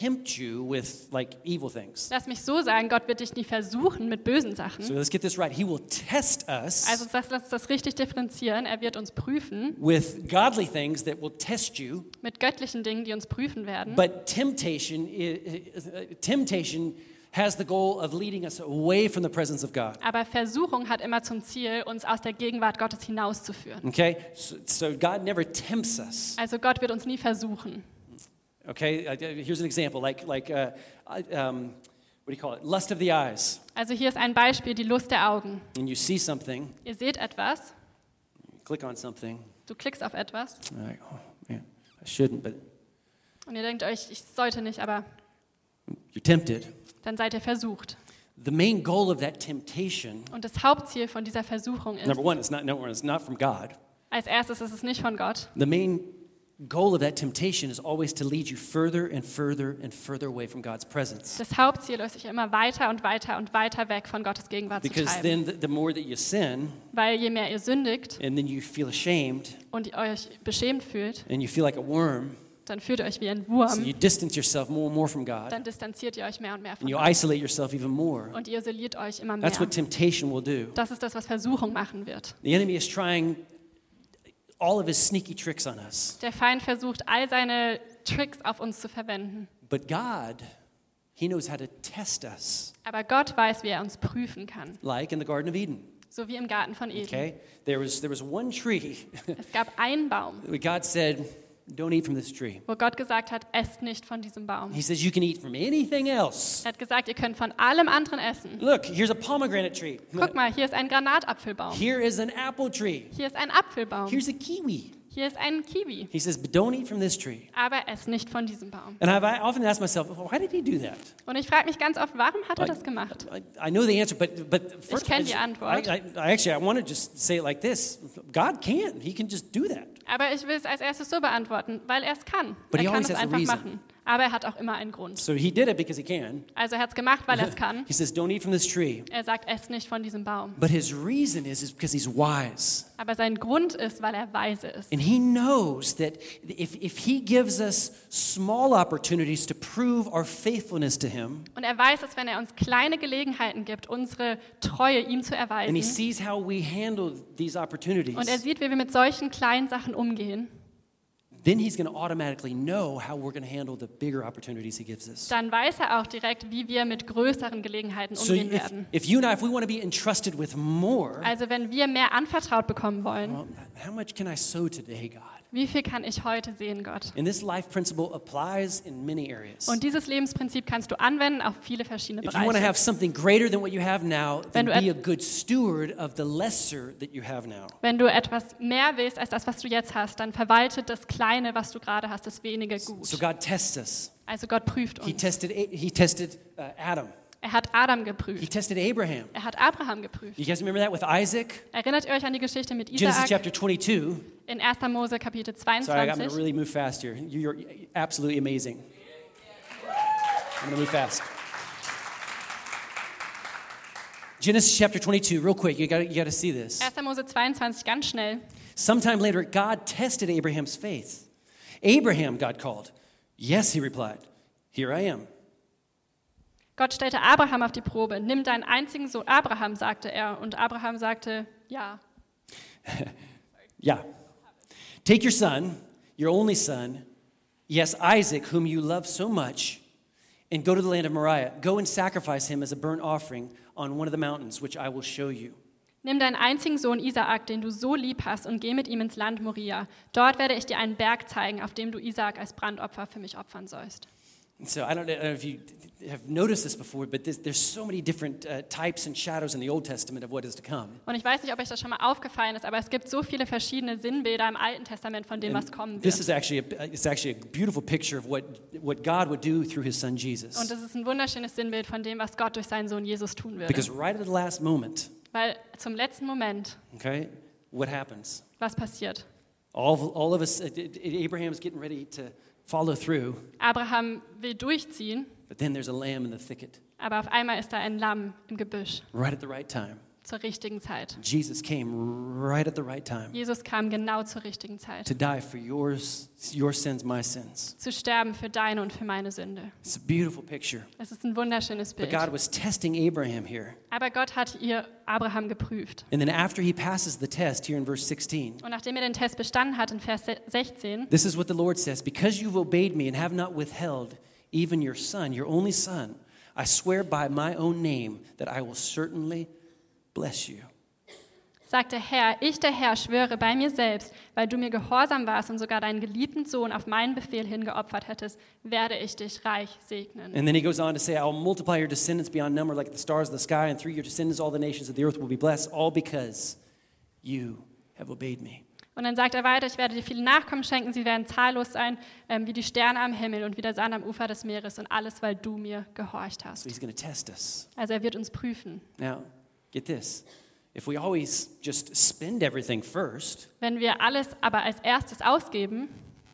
S3: tempt you with like evil things.
S2: Lass mich so sagen, Gott wird dich nie versuchen mit bösen
S3: So
S2: Sachen.
S3: let's get this right. He will test
S2: Also
S3: us
S2: lass uns das richtig differenzieren. Er wird uns prüfen
S3: with godly things that will test you
S2: mit göttlichen Dingen, die uns prüfen werden.
S3: Mm-hmm. But temptation, i- i- temptation has the goal of leading us away from the presence of God.
S2: Aber Versuchung hat immer zum Ziel, uns aus der Gegenwart Gottes hinauszuführen.
S3: Okay, so, so God never tempts us.
S2: Also Gott wird uns nie versuchen.
S3: Okay, Uh, here's an example, like like uh, I- um, what do you call it? Lust of the eyes.
S2: Also hier ist ein Beispiel, die Lust der Augen.
S3: When you see something,
S2: Ihr seht etwas,
S3: click on something.
S2: du klickst auf etwas
S3: and you're Like, oh man, I shouldn't, but
S2: und ihr denkt euch, ich sollte nicht, aber
S3: you're tempted.
S2: dann seid ihr versucht.
S3: The main goal of that temptation,
S2: Und das Hauptziel von dieser Versuchung ist,
S3: number one, it's not number one, it's not from God.
S2: Als erstes ist es nicht von Gott.
S3: The main goal of that temptation is always to lead you further and further and further away from God's presence.
S2: Das Hauptziel ist, euch immer weiter und weiter und weiter weg von Gottes Gegenwart zu
S3: Because
S2: treiben.
S3: then the, the more that you sin,
S2: Weil je mehr ihr sündigt
S3: and then you feel ashamed,
S2: und ihr euch beschämt fühlt,
S3: and you feel like a worm,
S2: dann fühlt ihr euch wie ein
S3: so you
S2: Wurm.
S3: distance yourself more and more from God,
S2: Dann distanziert ihr euch mehr und mehr von
S3: and you
S2: Gott.
S3: isolate yourself even more.
S2: Und ihr isoliert euch immer mehr.
S3: That's what temptation will do.
S2: Das ist das, was Versuchung machen wird.
S3: The enemy is trying all of his sneaky tricks on us,
S2: Der Feind versucht, all seine Tricks auf uns zu verwenden.
S3: but God, he knows how to test us,
S2: Aber Gott weiß, wie er uns prüfen kann.
S3: like in the Garden of Eden.
S2: So wie im Garten von Eden.
S3: Okay, there was there was one tree. (laughs)
S2: Es gab einen Baum,
S3: that God said, "Don't eat from this tree."
S2: wo Gott gesagt hat, esst nicht von diesem Baum.
S3: He says, "You can eat from anything else."
S2: Er hat gesagt, ihr könnt von allem anderen essen.
S3: Look, here's a pomegranate tree.
S2: Guck mal, hier ist ein Granatapfelbaum.
S3: Here is an apple tree.
S2: Hier ist ein Apfelbaum.
S3: Here's a kiwi.
S2: Hier ist ein Kiwi.
S3: He says, "But don't eat from this tree."
S2: Aber ess nicht von diesem Baum.
S3: And I've, I often ask myself, well, "Why did he do that?"
S2: Und ich frage mich ganz oft, warum hat er das gemacht?
S3: I, I know the answer, but but first,
S2: kenn die
S3: just-
S2: Antwort.
S3: I, I, I actually I want to just say it like this: God can. He can just do that.
S2: Aber ich will es als erstes so beantworten, weil er es kann.
S3: But he
S2: er kann
S3: always
S2: es
S3: has a
S2: einfach
S3: reason.
S2: machen. Aber er hat auch immer einen Grund.
S3: So he did it because he can.
S2: Also er hat es gemacht, weil er es kann.
S3: He says, "Don't eat from this tree."
S2: Er sagt, esst nicht von diesem Baum.
S3: But his reason is is because he's wise.
S2: Aber sein Grund ist, weil er weise ist.
S3: And he knows that if, if he gives us small opportunities to prove our faithfulness to him,
S2: Und er weiß, dass wenn er uns kleine Gelegenheiten gibt, unsere Treue ihm zu
S3: and he
S2: erweisen,
S3: sees how we handle
S2: Mm-hmm. und
S3: these
S2: er
S3: opportunities,
S2: sieht, wie wir mit solchen kleinen Sachen umgehen,
S3: then he's going to automatically know how we're going to handle the bigger opportunities he gives us.
S2: dann weiß er auch direkt, wie wir mit größeren Gelegenheiten
S3: So
S2: umgehen
S3: if,
S2: werden.
S3: if you and I, if we want to be entrusted with more,
S2: Also wenn wir mehr anvertraut bekommen wollen,
S3: well, how much can I sow today, God?
S2: wie viel kann ich heute sehen, Gott?
S3: And this life principle applies in many areas.
S2: Und dieses Lebensprinzip kannst du anwenden auf viele verschiedene
S3: If you want to
S2: Bereiche.
S3: have something greater than what you have now, then
S2: Wenn du et-
S3: be a good steward of the lesser that you have now.
S2: Wenn du etwas mehr willst als das, was du jetzt hast, dann verwalte das Kleine, was du gerade hast, das Wenige
S3: So
S2: gut.
S3: God tests us.
S2: Also Gott prüft
S3: He
S2: uns.
S3: tested, he tested uh, Adam.
S2: Er hat Adam
S3: He
S2: geprüft.
S3: tested Abraham.
S2: Er hat Abraham geprüft.
S3: You guys remember that with Isaac?
S2: Erinnert ihr euch an die Geschichte mit
S3: Genesis
S2: Isaak
S3: chapter 22.
S2: in 1. Mose Kapitel
S3: Sorry, I'm going to
S2: 22?
S3: really move fast here. You- You're absolutely amazing. I'm going to move fast. Genesis chapter 22, real quick. You got you to see this.
S2: 1. Mose 22, ganz schnell.
S3: Sometime later, God tested Abraham's faith. Abraham, God called. Yes, he replied. Here I am.
S2: Gott stellte Abraham auf die Probe. Nimm deinen einzigen Sohn Abraham, sagte er. Und Abraham sagte, ja.
S3: Yeah. Take your son, your only son, yes, Isaac, whom you love so much, and go to the land of Moriah. Go and sacrifice him as a burnt offering on one of the mountains, which I will show you.
S2: Nimm deinen einzigen Sohn Isaak, den du so lieb hast, und geh mit ihm ins Land Moria. Dort werde ich dir einen Berg zeigen, auf dem du Isaak als Brandopfer für mich opfern sollst.
S3: And so I don't know if you have noticed this before, but this, there's so many different uh, types and shadows in the Old Testament of what is to come.
S2: Und ich weiß nicht, ob euch das schon mal aufgefallen ist, aber es gibt so viele verschiedene Sinnbilder im Alten Testament von dem, was kommen
S3: This
S2: wird.
S3: is actually a, it's actually a beautiful picture of what, what God would do through his son
S2: Und
S3: Jesus.
S2: das ist ein wunderschönes Sinnbild von dem, was Gott durch seinen Sohn Jesus tun würde.
S3: Because right at the last moment,
S2: Weil zum letzten Moment,
S3: okay, what happens?
S2: was passiert?
S3: All of, all of us, uh, d- d- Abraham's getting ready to follow through,
S2: Abraham will durchziehen,
S3: but then there's a lamb in the thicket
S2: aber auf einmal ist da ein Lamm im Gebüsch
S3: right at the right time.
S2: zur richtigen Zeit.
S3: Jesus came right at the right time
S2: Jesus kam genau zur richtigen Zeit,
S3: to die for yours, your sins, my sins.
S2: zu sterben für deine und für meine Sünde.
S3: It's a beautiful picture.
S2: Es ist ein wunderschönes
S3: But
S2: Bild.
S3: God was testing Abraham here.
S2: Aber Gott hat ihr Abraham geprüft.
S3: And then after he passes the test here in verse 16,
S2: Und nachdem er den Test bestanden hat in Vers 16,
S3: this is what the Lord says Because you've obeyed me and have not withheld even your son, your only son, I swear by my own name that I will certainly bless you.
S2: sagte Herr, ich der Herr schwöre bei mir selbst, weil du mir gehorsam warst und sogar deinen geliebten Sohn auf meinen Befehl hingeopfert hättest, werde ich dich reich segnen.
S3: And then he goes on to say, I will multiply your descendants beyond number like the stars of the sky, and through your descendants all the nations of the earth will be blessed, all because you have obeyed me.
S2: Und dann sagt er weiter, ich werde dir viele Nachkommen schenken, sie werden zahllos sein, ähm, wie die Sterne am Himmel und wie der Sand am Ufer des Meeres und alles, weil du mir gehorcht
S3: So
S2: hast.
S3: he's going to test us.
S2: Also er wird uns prüfen.
S3: Now, get this. If we always just spend everything first,
S2: Wenn wir alles aber als erstes ausgeben,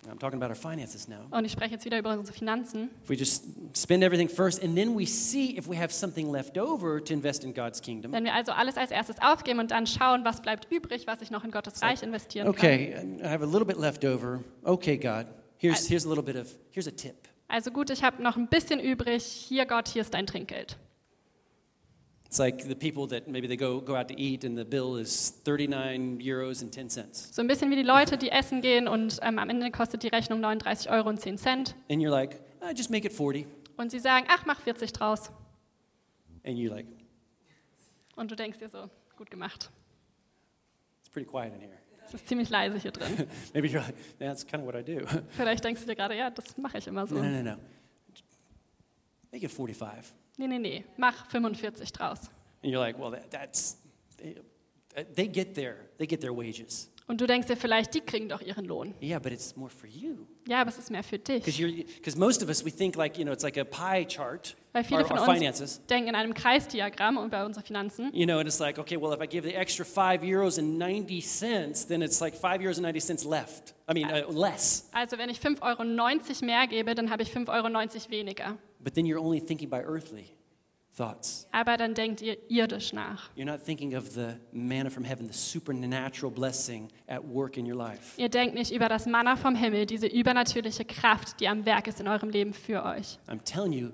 S3: I'm talking about our finances now.
S2: Und ich spreche jetzt wieder über unsere Finanzen.
S3: If we just spend everything first and then we see if we have something left over to invest in God's kingdom.
S2: Wenn wir also alles als erstes aufgeben und dann schauen, was bleibt übrig, was ich noch in Gottes Reich investieren kann.
S3: Okay, I have a little bit left over. Okay, God. Here's, here's a little bit of, here's a tip.
S2: Also gut, ich habe noch ein bisschen übrig. Hier Gott, hier ist dein Trinkgeld.
S3: It's like the people that maybe they go, go out to eat and the bill is 39 euros and 10 cents.
S2: So ein bisschen wie die Leute, die essen gehen und ähm, am Ende kostet die Rechnung 39 Euro und 10 Cent.
S3: And you're like, ah, just make it 40.
S2: Und sie sagen, ach, mach 40 draus.
S3: And you're like,
S2: Und du denkst dir so, gut gemacht.
S3: it's pretty quiet in here. (laughs)
S2: Es ist ziemlich leise hier drin.
S3: Maybe you're like, that's kind of what I do. (laughs)
S2: Vielleicht denkst du dir gerade, ja, das mache ich immer so.
S3: no, no, no, no. Make it 45.
S2: Nee, nee, nee, mach 45 draus.
S3: And you're like, well, that, that's, they, uh, they get their, they get their wages.
S2: Und du denkst dir vielleicht, die kriegen doch ihren Lohn.
S3: Yeah, but it's more for you.
S2: Ja, aber es ist mehr für
S3: Because
S2: dich.
S3: you're, because most of us, we think like, you know, it's like a pie chart,
S2: Weil
S3: our,
S2: viele von
S3: our
S2: uns
S3: finances.
S2: denken in einem Kreisdiagramm und bei unseren Finanzen.
S3: You know, and it's like, okay, well, if I give the extra five euros and 90 cents, then it's like five euros and 90 cents left. I mean, uh, less.
S2: Also wenn ich 5,90 Euro mehr gebe, dann habe ich 5,90 Euro weniger.
S3: But then you're only thinking by earthly thoughts.
S2: Aber dann denkt ihr irdisch nach.
S3: You're not thinking of the manna from heaven, the supernatural blessing at work in your life.
S2: Ihr denkt nicht über das Manna vom Himmel, diese übernatürliche Kraft, die am Werk ist in eurem Leben für euch.
S3: I'm telling you,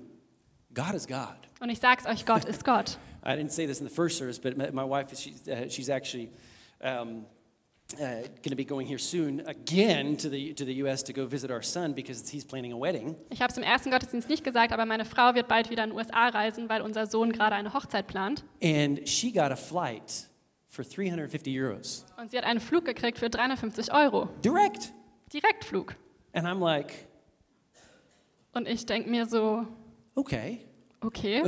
S3: God is God.
S2: Und ich sag's euch, Gott ist Gott.
S3: I didn't say this in the first service, but my, my wife, she's, uh, she's actually um, uh, going to be going here soon again to the, to the U.S. to go visit our son because he's planning a wedding.
S2: Ich habe es im ersten Gottesdienst nicht gesagt, aber meine Frau wird bald wieder in den USA reisen, weil unser Sohn gerade eine Hochzeit plant.
S3: And she got a flight for 350 euros.
S2: Und sie hat einen Flug gekriegt für 350 Euro.
S3: Direct.
S2: Direktflug.
S3: And I'm like,
S2: Und ich denke mir so,
S3: okay.
S2: okay.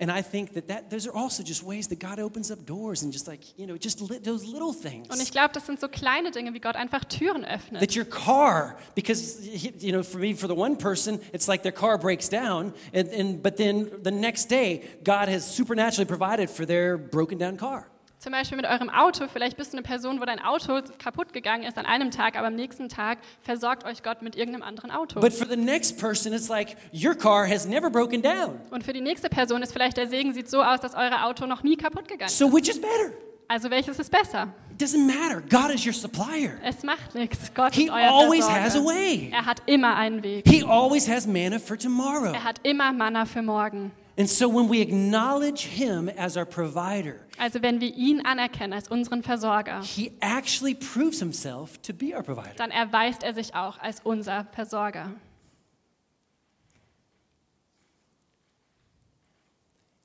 S3: And I think that, that those are also just ways that God opens up doors and just like, you know, just li- those little things.
S2: Und ich glaube, das sind so kleine Dinge, wie Gott einfach Türen öffnet.
S3: that your car because you know for me for the one person it's like their car breaks down and, and but then the next day god has supernaturally provided for their broken down car
S2: Zum Beispiel mit eurem Auto. Vielleicht bist du eine Person, wo dein Auto kaputt gegangen ist an einem Tag, aber am nächsten Tag versorgt euch Gott mit irgendeinem anderen Auto.
S3: but for the next person it's like your car has never broken down
S2: Und für die nächste Person ist vielleicht der Segen sieht so aus, dass euer Auto noch nie kaputt gegangen ist.
S3: so which is better
S2: Also welches ist besser?
S3: it doesn't matter god is your supplier
S2: Es macht nichts. Gott
S3: He
S2: ist euer
S3: always
S2: Versorger.
S3: has a way.
S2: Er hat immer einen Weg.
S3: he always has manna for tomorrow
S2: Er hat immer Manna für morgen.
S3: and so when we acknowledge him as our provider
S2: Also wenn wir ihn anerkennen als unseren Versorger,
S3: he actually proves himself to be our provider
S2: dann erweist er sich auch als unser Versorger.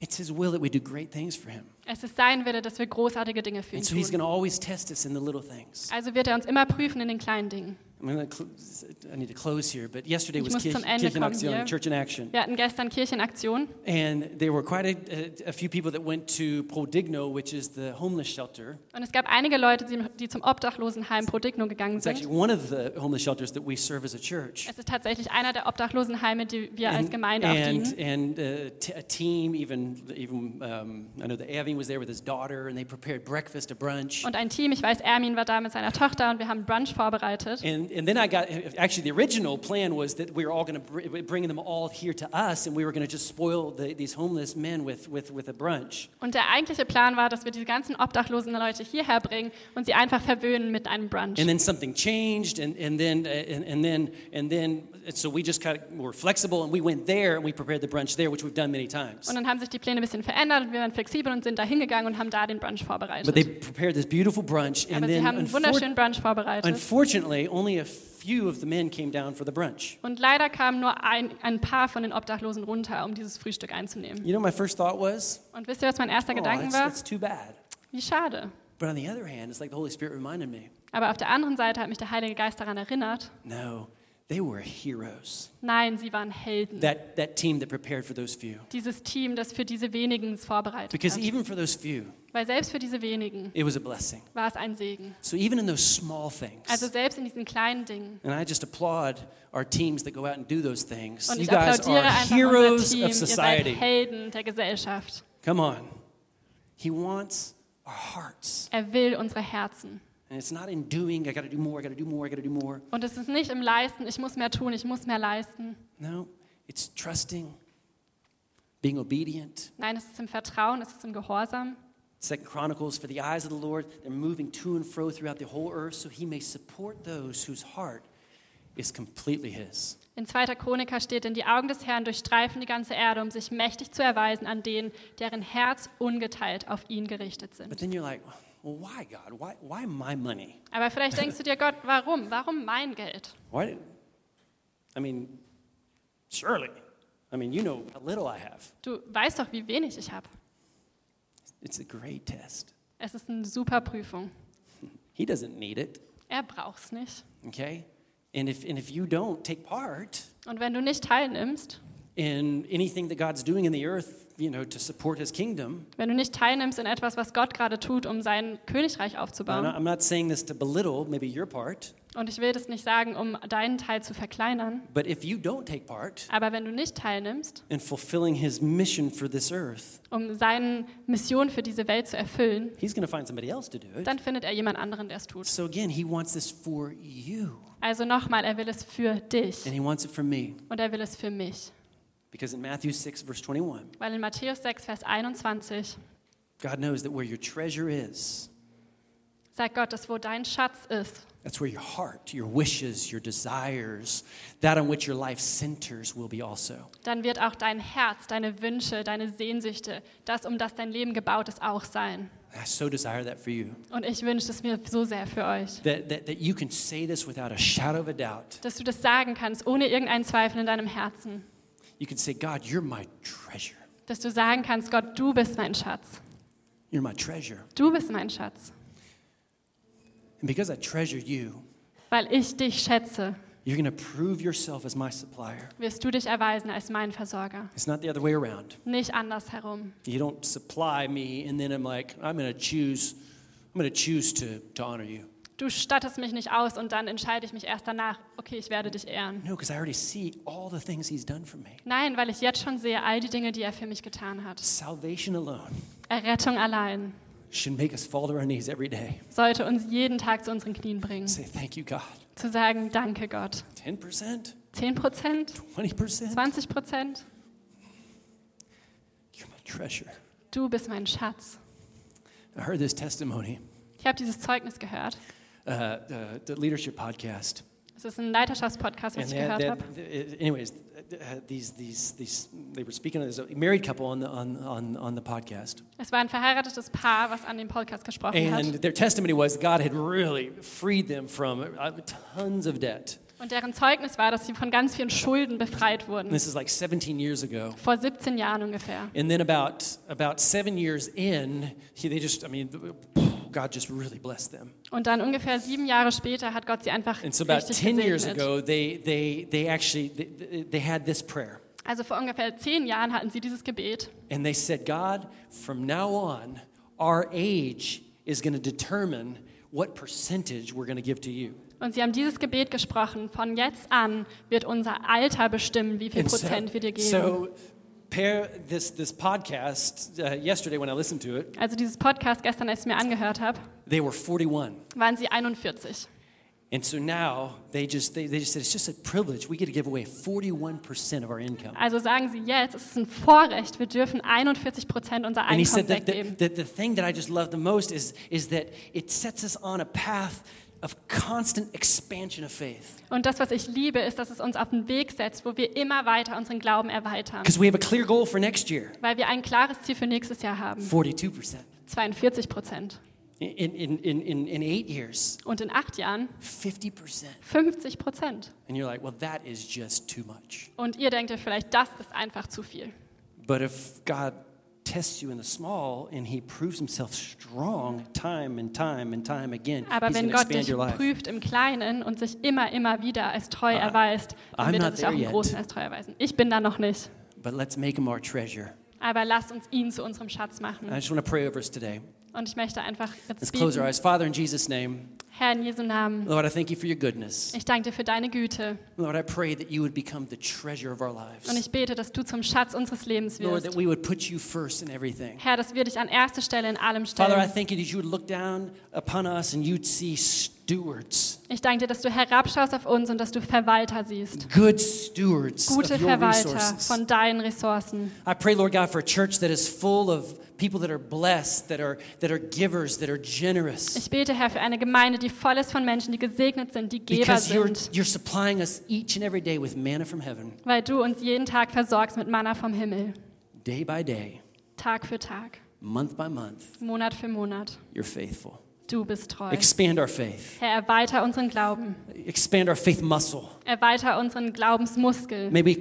S3: it's his will that we do great things for him
S2: Es ist sein Wille, dass wir großartige Dinge für ihn
S3: and so he's
S2: tun.
S3: going to always test us in the little things
S2: Also wird er uns immer prüfen in den kleinen Dingen.
S3: I'm gonna cl- I need to close here, but yesterday
S2: Ich
S3: was
S2: muss
S3: Kirche,
S2: zum Ende
S3: Kirche in
S2: kommen
S3: Aktion,
S2: hier.
S3: Church in Action.
S2: Wir hatten gestern Kirchenaktion
S3: And there were quite a, a, a few people that went to Prodigno, which is the homeless shelter.
S2: und es gab einige Leute, die- die zum Obdachlosenheim Prodigno gegangen
S3: It's actually
S2: sind.
S3: one of the homeless shelters that we serve as a church.
S2: Es ist tatsächlich einer der Obdachlosenheime, die wir als
S3: And,
S2: Gemeinde auch
S3: and,
S2: dienen.
S3: and uh, t- a team, even, even um, I know that Avin was there with his daughter, and they prepared breakfast, a brunch.
S2: Und ein Team, ich weiß, Ermin war da mit seiner Tochter und wir haben Brunch vorbereitet.
S3: And, and then I got, actually, the original plan was that we were all going to br- bring them all here to us, and we were going to just spoil the, these homeless men with, with, with a brunch.
S2: Und der eigentliche Plan war, dass wir diese ganzen obdachlosen Leute hierher bringen und sie einfach verwöhnen mit einem Brunch.
S3: and then something changed and, and then uh, and, and then and then and so we just kind of were flexible and we went there and we prepared the brunch there which we've done many times
S2: Und dann haben sich die Pläne ein bisschen verändert und wir waren flexibel und sind da hingegangen und haben da den Brunch
S3: but they
S2: vorbereitet.
S3: prepared this beautiful brunch and
S2: Aber sie
S3: then
S2: haben einen
S3: unfor-
S2: wunderschönen Brunch vorbereitet.
S3: unfortunately only a few of the men came down for the brunch
S2: Und leider kamen nur ein, ein paar von den Obdachlosen runter, um dieses Frühstück einzunehmen.
S3: you know what my first thought was
S2: Und wisst ihr, was mein erster
S3: oh,
S2: Gedanke
S3: that's,
S2: war?
S3: that's too bad
S2: Wie schade.
S3: but on the other hand it's like the holy spirit reminded me
S2: Aber auf der anderen Seite hat mich der Heilige Geist daran erinnert,
S3: no they were heroes
S2: nein, sie waren Helden.
S3: that that team that prepared for those few
S2: Dieses Team, das für diese wenigen es vorbereitet
S3: because
S2: hat.
S3: even for those few
S2: Weil selbst für diese wenigen
S3: it was a blessing
S2: war es ein Segen.
S3: so even in those small things
S2: Also selbst in diesen kleinen Dingen.
S3: And I just applaud our teams that go out and do those things.
S2: Und
S3: you
S2: ich
S3: guys are
S2: applaudiere einfach unser
S3: heroes
S2: Team.
S3: of
S2: Ihr seid
S3: society.
S2: Helden der Gesellschaft.
S3: Come on. He wants our hearts.
S2: Er will unsere Herzen.
S3: And it's not in doing, I got to do more, I got to do more, I got to do more.
S2: Und es ist nicht im Leisten, ich muss mehr tun, ich muss mehr leisten.
S3: No, it's trusting, being obedient.
S2: Nein, es ist im Vertrauen, es ist im Gehorsam.
S3: Second Chronicles, for the eyes of the Lord, they're moving to and fro throughout the whole earth, so he may support those whose heart is completely his.
S2: In 2. Chroniker steht, denn die Augen des Herrn durchstreifen die ganze Erde, um sich mächtig zu erweisen an denen, deren Herz ungeteilt auf ihn gerichtet sind.
S3: But then you're like, well, why, God? Why, why my money?
S2: Aber vielleicht denkst du dir, Gott, warum? Warum mein Geld?
S3: Why? did- I mean, surely. I mean, you know how little I have.
S2: Du weißt doch, wie wenig ich habe.
S3: It's a great test.
S2: Es ist eine super Prüfung.
S3: He doesn't need it,
S2: Er braucht's nicht.
S3: okay? And if, and if you don't take part
S2: Und wenn du nicht teilnimmst,
S3: in anything that God's doing in the earth, you know, to support his kingdom,
S2: wenn du nicht teilnimmst in etwas, was Gott gerade tut, um sein Königreich
S3: I'm
S2: aufzubauen,
S3: not, I'm not saying this to belittle maybe your part,
S2: und ich will das nicht sagen, um deinen Teil zu verkleinern,
S3: but if you don't take part
S2: aber wenn du nicht teilnimmst,
S3: in fulfilling his mission for this earth,
S2: um seine Mission für diese Welt zu erfüllen,
S3: he's going to find somebody else to do it.
S2: dann findet er jemand anderen, der es tut.
S3: So again, he wants this for you,
S2: Also nochmal, er will es für
S3: and
S2: dich
S3: he wants it for me.
S2: und er will es für mich.
S3: Because in Matthew 6, verse 21,
S2: Weil in Matthäus 6, Vers 21
S3: God knows that where your treasure is,
S2: sagt Gott, dass wo dein Schatz ist,
S3: that's where your heart, your wishes, your desires, that on which your life centers will be also.
S2: dann wird auch dein Herz, deine Wünsche, deine Sehnsüchte, das, um das dein Leben gebaut ist, auch sein.
S3: I so desire that for you.
S2: Und ich wünsche es mir so sehr für euch,
S3: That, that, that you can say this without a shadow of a doubt.
S2: dass du das sagen kannst, ohne irgendeinen Zweifel in deinem Herzen.
S3: You can say, God, you're my treasure.
S2: Dass du sagen kannst, Gott, du bist mein Schatz.
S3: You're my treasure.
S2: Du bist mein Schatz,
S3: And because I treasure you,
S2: weil ich dich schätze.
S3: you're going to prove yourself as my supplier.
S2: wirst du dich erweisen als mein Versorger.
S3: It's not the other way around.
S2: Nicht andersherum.
S3: You don't supply me and then I'm like, I'm going to choose, I'm going to choose to, to honor you.
S2: Du stattest mich nicht aus und dann entscheide ich mich erst danach, okay, ich werde dich ehren.
S3: No, because I already see all the things he's done for me.
S2: Nein, weil ich jetzt schon sehe all die Dinge, die er für mich getan hat.
S3: Salvation alone
S2: Errettung allein
S3: should make us fall to our knees every day
S2: sollte uns jeden Tag zu unseren Knien bringen.
S3: and say, Thank you, God.
S2: Zu sagen, danke Gott.
S3: 10%,
S2: 10 Prozent,
S3: 20%,
S2: 20 Prozent,
S3: you're my treasure.
S2: du bist mein Schatz.
S3: I heard this testimony,
S2: Ich habe dieses Zeugnis gehört.
S3: uh, uh, the leadership podcast.
S2: Es ist ein Leiterschaftspodcast, was ich
S3: they-
S2: gehört habe.
S3: they- they- anyways, uh, these, these, these, they were speaking of this a married couple on the, on, on, on the podcast.
S2: Es war ein verheiratetes Paar, was an dem Podcast gesprochen
S3: And
S2: hat.
S3: their testimony was God had really freed them from uh, tons of debt.
S2: Und deren Zeugnis war, dass sie von ganz vielen Schulden befreit
S3: And
S2: wurden.
S3: this is like 17 years ago.
S2: Vor 17 Jahren ungefähr.
S3: And then about about seven years in, he, they just I mean, God just really blessed them.
S2: Und dann ungefähr sieben Jahre später hat Gott sie einfach
S3: And so about
S2: richtig
S3: ten years
S2: gesegnet.
S3: ago, they they they actually they, they had this prayer,
S2: Also vor ungefähr zehn Jahren hatten sie dieses Gebet.
S3: and they said, God, from now on, our age is going to determine what percentage we're going to give to you.
S2: Und sie haben dieses Gebet gesprochen. Von jetzt an wird unser Alter bestimmen, wie viel
S3: And so-
S2: Prozent wir dir geben.
S3: so pair this this podcast uh, yesterday when I listened to it,
S2: also dieses Podcast gestern, als ich es mir angehört habe,
S3: they were 41.
S2: waren sie 41.
S3: And so now they just they, they just said it's just a privilege. We get to give away 41% of our income.
S2: Also sagen sie jetzt, es ist ein Vorrecht, wir dürfen 41 Prozent unser
S3: And he said
S2: Einkommen
S3: that the,
S2: weggeben.
S3: that the thing that I just love the most is, is that it sets us on a path of constant expansion of faith.
S2: Und das, was ich liebe, ist, dass es uns auf den Weg setzt, wo wir immer weiter unseren Glauben erweitern.
S3: Because we have a clear goal for next year
S2: Weil wir ein klares Ziel für nächstes Jahr haben.
S3: 42%.
S2: 42 Prozent.
S3: In, in, in, in, in eight years,
S2: Und in acht Jahren
S3: 50%.
S2: 50 Prozent.
S3: And you're like, well, that is just too much.
S2: Und ihr denkt euch vielleicht, das ist einfach zu viel.
S3: But if God tests you in the small and he proves himself strong time and time and time again,
S2: Aber
S3: he's
S2: wenn
S3: going to
S2: Gott
S3: expand
S2: dich
S3: your life. Ah,
S2: prüft im Kleinen und sich immer, immer wieder als treu erweist, dann
S3: I'm
S2: wird er
S3: not
S2: sich auch
S3: there
S2: im
S3: yet.
S2: Großen als treu erweisen. Ich bin da noch nicht.
S3: But let's make him our treasure.
S2: Aber lasst uns ihn zu unserem Schatz
S3: And I
S2: machen.
S3: just want to pray over us today.
S2: Und ich möchte einfach jetzt
S3: Let's close our
S2: beten.
S3: eyes. Father, in Jesus' name,
S2: Herr, in Jesu Namen,
S3: Lord, I thank you for your goodness.
S2: ich danke dir für deine Güte
S3: Lord, I pray that you would become the treasure of our
S2: und
S3: lives.
S2: ich bete, dass du zum Schatz unseres Lebens
S3: Lord, that
S2: wirst.
S3: we would put you first in everything.
S2: Herr, dass wir dich an erste Stelle in allem
S3: Father, I
S2: stellen.
S3: thank you that you would look down upon us and you'd see stewards,
S2: Ich danke dir, dass du herabschaust auf uns und dass du Verwalter siehst.
S3: good stewards
S2: Gute
S3: of your
S2: Verwalter
S3: resources.
S2: von deinen Ressourcen.
S3: I pray, Lord God, for a church that is full of people that are blessed, that are, that are givers, that are generous.
S2: Ich bete, Herr, für eine Gemeinde, die voll ist von Menschen, die gesegnet sind, die Geber
S3: Because you're,
S2: sind,
S3: you're supplying us each and every day with manna from heaven,
S2: weil du uns jeden Tag versorgst mit Manna vom Himmel.
S3: day by day,
S2: Tag für Tag,
S3: month by month.
S2: Monat für Monat.
S3: You're faithful.
S2: Du bist treu.
S3: Expand our faith,
S2: Herr, erweiter unseren Glauben.
S3: expand our faith muscle.
S2: Erweiter unseren Glaubensmuskel.
S3: Maybe,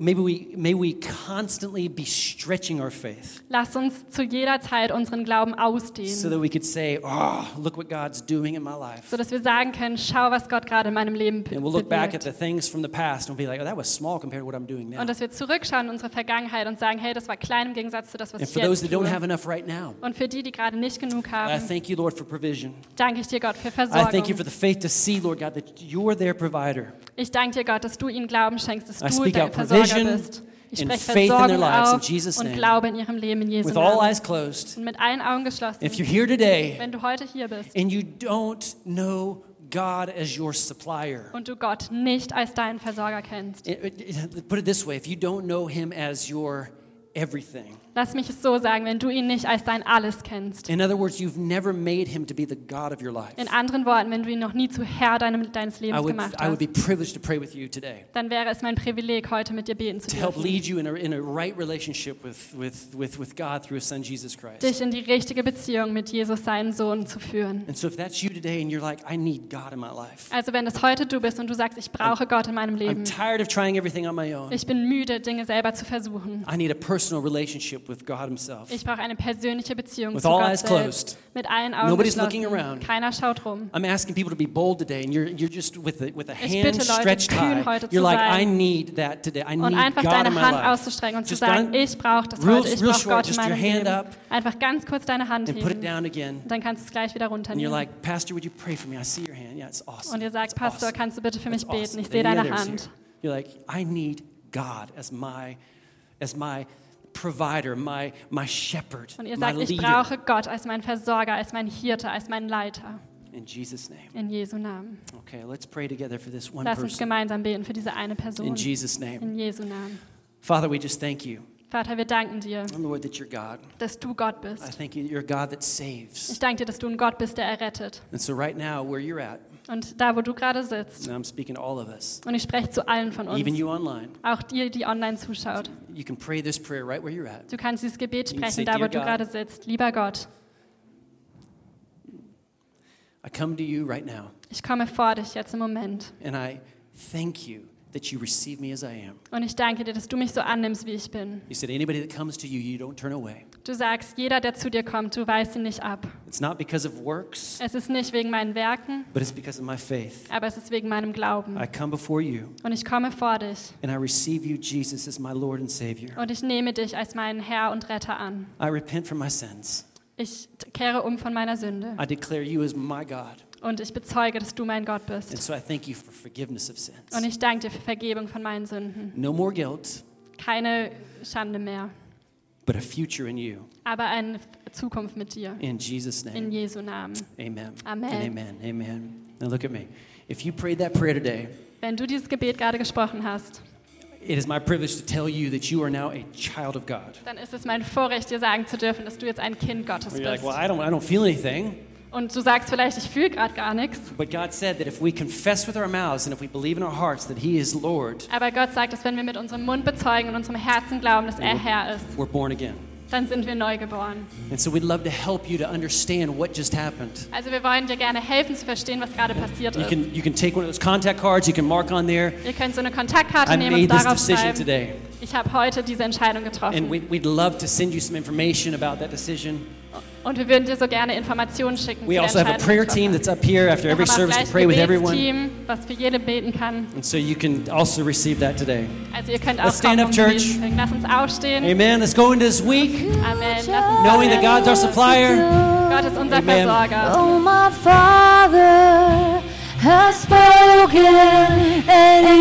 S3: maybe we, may we constantly be stretching our faith
S2: Lass uns zu jeder Zeit unseren Glauben
S3: so
S2: ausdehnen,
S3: that we could say, oh, look what God's doing in my life.
S2: sodass wir sagen können, schau, was Gott gerade in meinem Leben be-
S3: And we'll look back at
S2: bewirkt.
S3: the things from the past and be like, oh, that was small compared to what I'm doing now.
S2: Und dass wir zurückschauen in unsere Vergangenheit und sagen, hey, das war klein im Gegensatz zu das, was
S3: And
S2: ich
S3: for those
S2: jetzt
S3: that don't
S2: tue.
S3: have enough right now,
S2: Und für die, die gerade nicht genug
S3: I
S2: haben,
S3: thank you, Lord, for provision.
S2: danke ich dir, Gott, für
S3: I thank you
S2: Versorgung.
S3: for the faith to see, Lord God, that you're their provider.
S2: Ich danke dir, Gott, dass du ihnen Glauben schenkst, dass
S3: I
S2: du
S3: speak
S2: der
S3: out
S2: Versorger
S3: provision
S2: bist. Ich
S3: and
S2: spreche
S3: faith in their
S2: Versorgung
S3: lives in
S2: auf
S3: Jesus'
S2: und
S3: name.
S2: Glaube in ihrem Leben in Jesu
S3: With all
S2: Namen.
S3: eyes closed,
S2: Und mit allen Augen geschlossen.
S3: if you're here today
S2: Wenn du heute hier bist
S3: and you don't know God as your supplier,
S2: und du Gott nicht als deinen Versorger kennst,
S3: it- it- it- put it this way if you don't know Him as your everything,
S2: lass mich es so sagen, wenn du ihn nicht als dein Alles kennst.
S3: in other words, you've never made Him to be the God of your life,
S2: In anderen Worten, wenn du ihn noch nie zu Herr deinem, deines
S3: I
S2: Lebens
S3: would,
S2: gemacht
S3: I would be
S2: hast,
S3: privileged to pray with you today
S2: dann wäre es mein Privileg, heute mit dir beten zu
S3: to help
S2: dürfen.
S3: lead you in a, in a right relationship with, with, with, with God through His Son, Jesus Christ.
S2: Dich in die richtige Beziehung mit Jesus, seinem Sohn, zu führen.
S3: And so if that's you today and you're like, I need God in my life.
S2: Also wenn es heute du bist und du sagst, ich brauche Gott in meinem
S3: I'm
S2: Leben.
S3: tired of trying everything on my own.
S2: Ich bin müde, Dinge selber zu versuchen.
S3: I need a personal relationship with God himself.
S2: Ich brauche eine persönliche Beziehung
S3: With
S2: zu
S3: all
S2: Gott
S3: eyes
S2: selbst.
S3: closed.
S2: Mit allen Augen
S3: Nobody's
S2: geschlossen.
S3: looking around.
S2: Keiner schaut rum.
S3: I'm asking people to be bold today and you're, you're just with a, with a
S2: Ich bitte
S3: hand
S2: Leute,
S3: stretched
S2: kühn
S3: high.
S2: heute zu
S3: You're like,
S2: sein.
S3: I need that today. I
S2: Und
S3: need
S2: einfach
S3: God in
S2: deine
S3: my
S2: Hand
S3: life.
S2: auszustrecken und zu
S3: Just
S2: sagen,
S3: gonna-
S2: ich brauche das
S3: real-
S2: heute, ich
S3: real
S2: brauche
S3: short,
S2: Gott in
S3: just your
S2: meinem
S3: hand
S2: Leben.
S3: up
S2: Einfach ganz kurz deine Hand
S3: and put it
S2: heben.
S3: down again.
S2: Und dann kannst du es gleich wieder
S3: And you're
S2: runternehmen.
S3: like, Pastor, would you pray for me? I see your hand. Yeah, it's awesome.
S2: Und ihr
S3: It's
S2: sagt, Pastor,
S3: awesome.
S2: kannst du bitte für
S3: That's
S2: mich beten?
S3: awesome.
S2: Ich sehe
S3: Then
S2: deine
S3: the others
S2: Hand.
S3: here. You're like, I need God as my, as my provider, my, my shepherd,
S2: Und ihr
S3: my
S2: sagt, ich
S3: leader.
S2: brauche Gott als meinen Versorger, als meinen Hirte, als meinen Leiter.
S3: In Jesus' name.
S2: In Jesu Namen.
S3: Okay, let's pray together for this one
S2: Lass uns
S3: person.
S2: gemeinsam beten für diese eine Person.
S3: In Jesus' name.
S2: In Jesu Namen.
S3: Father, we just thank you,
S2: Vater, wir danken dir,
S3: Lord, that you're God.
S2: dass du Gott
S3: I
S2: bist.
S3: thank you that you're a God that
S2: Ich
S3: saves.
S2: danke dir, dass du ein Gott bist, der errettet.
S3: And so, right now, where you're at,
S2: Und da, wo du gerade sitzt,
S3: and I'm speaking to all of us,
S2: und ich spreche zu allen von
S3: even
S2: uns,
S3: you online,
S2: auch dir, die online zuschaut,
S3: you can pray this prayer right where you're at.
S2: du kannst dieses Gebet
S3: You can say,
S2: sprechen, da, wo
S3: "Dear
S2: du
S3: God."
S2: gerade sitzt. Lieber Gott,
S3: I come to you right now,
S2: ich komme vor dich jetzt im Moment.
S3: and I thank you that you receive me as I am.
S2: Und ich danke dir, dass du mich so annimmst, wie ich bin.
S3: You said, anybody that comes to you, you don't turn away.
S2: Du sagst, jeder, der zu dir kommt, du weist ihn nicht ab.
S3: It's not because of works,
S2: Es ist nicht wegen meinen Werken,
S3: but it's because of my faith.
S2: aber es ist wegen meinem Glauben.
S3: I come before you,
S2: Und ich komme vor dich
S3: and I receive you, Jesus, as my Lord and Savior.
S2: und ich nehme dich als meinen Herr und Retter an.
S3: I repent for my sins.
S2: Ich t- kehre um von meiner Sünde
S3: I declare you as my God.
S2: und ich bezeuge, dass du mein Gott
S3: And
S2: bist.
S3: so I thank you for forgiveness of sins.
S2: Und ich danke dir für Vergebung von meinen Sünden.
S3: No more guilt,
S2: Keine Schande mehr,
S3: but a future in you.
S2: aber eine Zukunft mit dir.
S3: In Jesus'
S2: In
S3: name.
S2: Jesu Namen.
S3: Amen.
S2: Amen.
S3: And amen. Amen. Now look at me. If you prayed that prayer today,
S2: Wenn du dieses Gebet gerade gesprochen hast,
S3: it is my privilege to tell you that you are now a child of God.
S2: dann ist es mein Vorrecht, dir sagen zu dürfen, dass du jetzt ein Kind Gottes
S3: You're like,
S2: bist.
S3: well, I don't, I don't feel anything.
S2: Und du sagst vielleicht, ich fühle gerade gar nichts.
S3: But God said that if we confess with our mouths and if we believe in our hearts that He is Lord,
S2: Aber Gott sagt, dass wenn wir mit unserem Mund bezeugen und unserem Herzen glauben, dass
S3: Mhm.
S2: er Herr ist,
S3: we're born again.
S2: dann sind wir neu geboren.
S3: And so we'd love to help you to understand what just happened.
S2: Also wir wollen dir gerne helfen zu verstehen, was gerade passiert
S3: You
S2: ist.
S3: can, you can take one of those contact cards, you can mark on there,
S2: Ihr könnt so eine Kontaktkarte
S3: I
S2: nehmen und
S3: made this
S2: darauf
S3: decision
S2: schreiben.
S3: today.
S2: Ich habe heute diese Entscheidung getroffen.
S3: And we, we'd love to send you some information about that decision.
S2: und wir würden dir so gerne Informationen schicken.
S3: We
S2: zu der
S3: also have a
S2: Entscheidung, (laughs)
S3: prayer
S2: die du
S3: team
S2: getroffen
S3: that's up here after
S2: hast. Wir
S3: every
S2: haben auch
S3: service
S2: gleich
S3: to pray with
S2: ein
S3: everyone.
S2: Gebetsteam, was für jeden beten kann.
S3: And so you can also receive that today.
S2: Also ihr könnt auch
S3: Let's stand
S2: kommen, um
S3: up, church.
S2: beten. zu können. Lasst uns aufstehen.
S3: Amen. Let's go into this week
S2: Amen. Lasst uns
S3: knowing that God's our supplier,
S2: Gott ist unser
S3: Amen.
S2: Versorger.
S4: Oh, my father has spoken, and he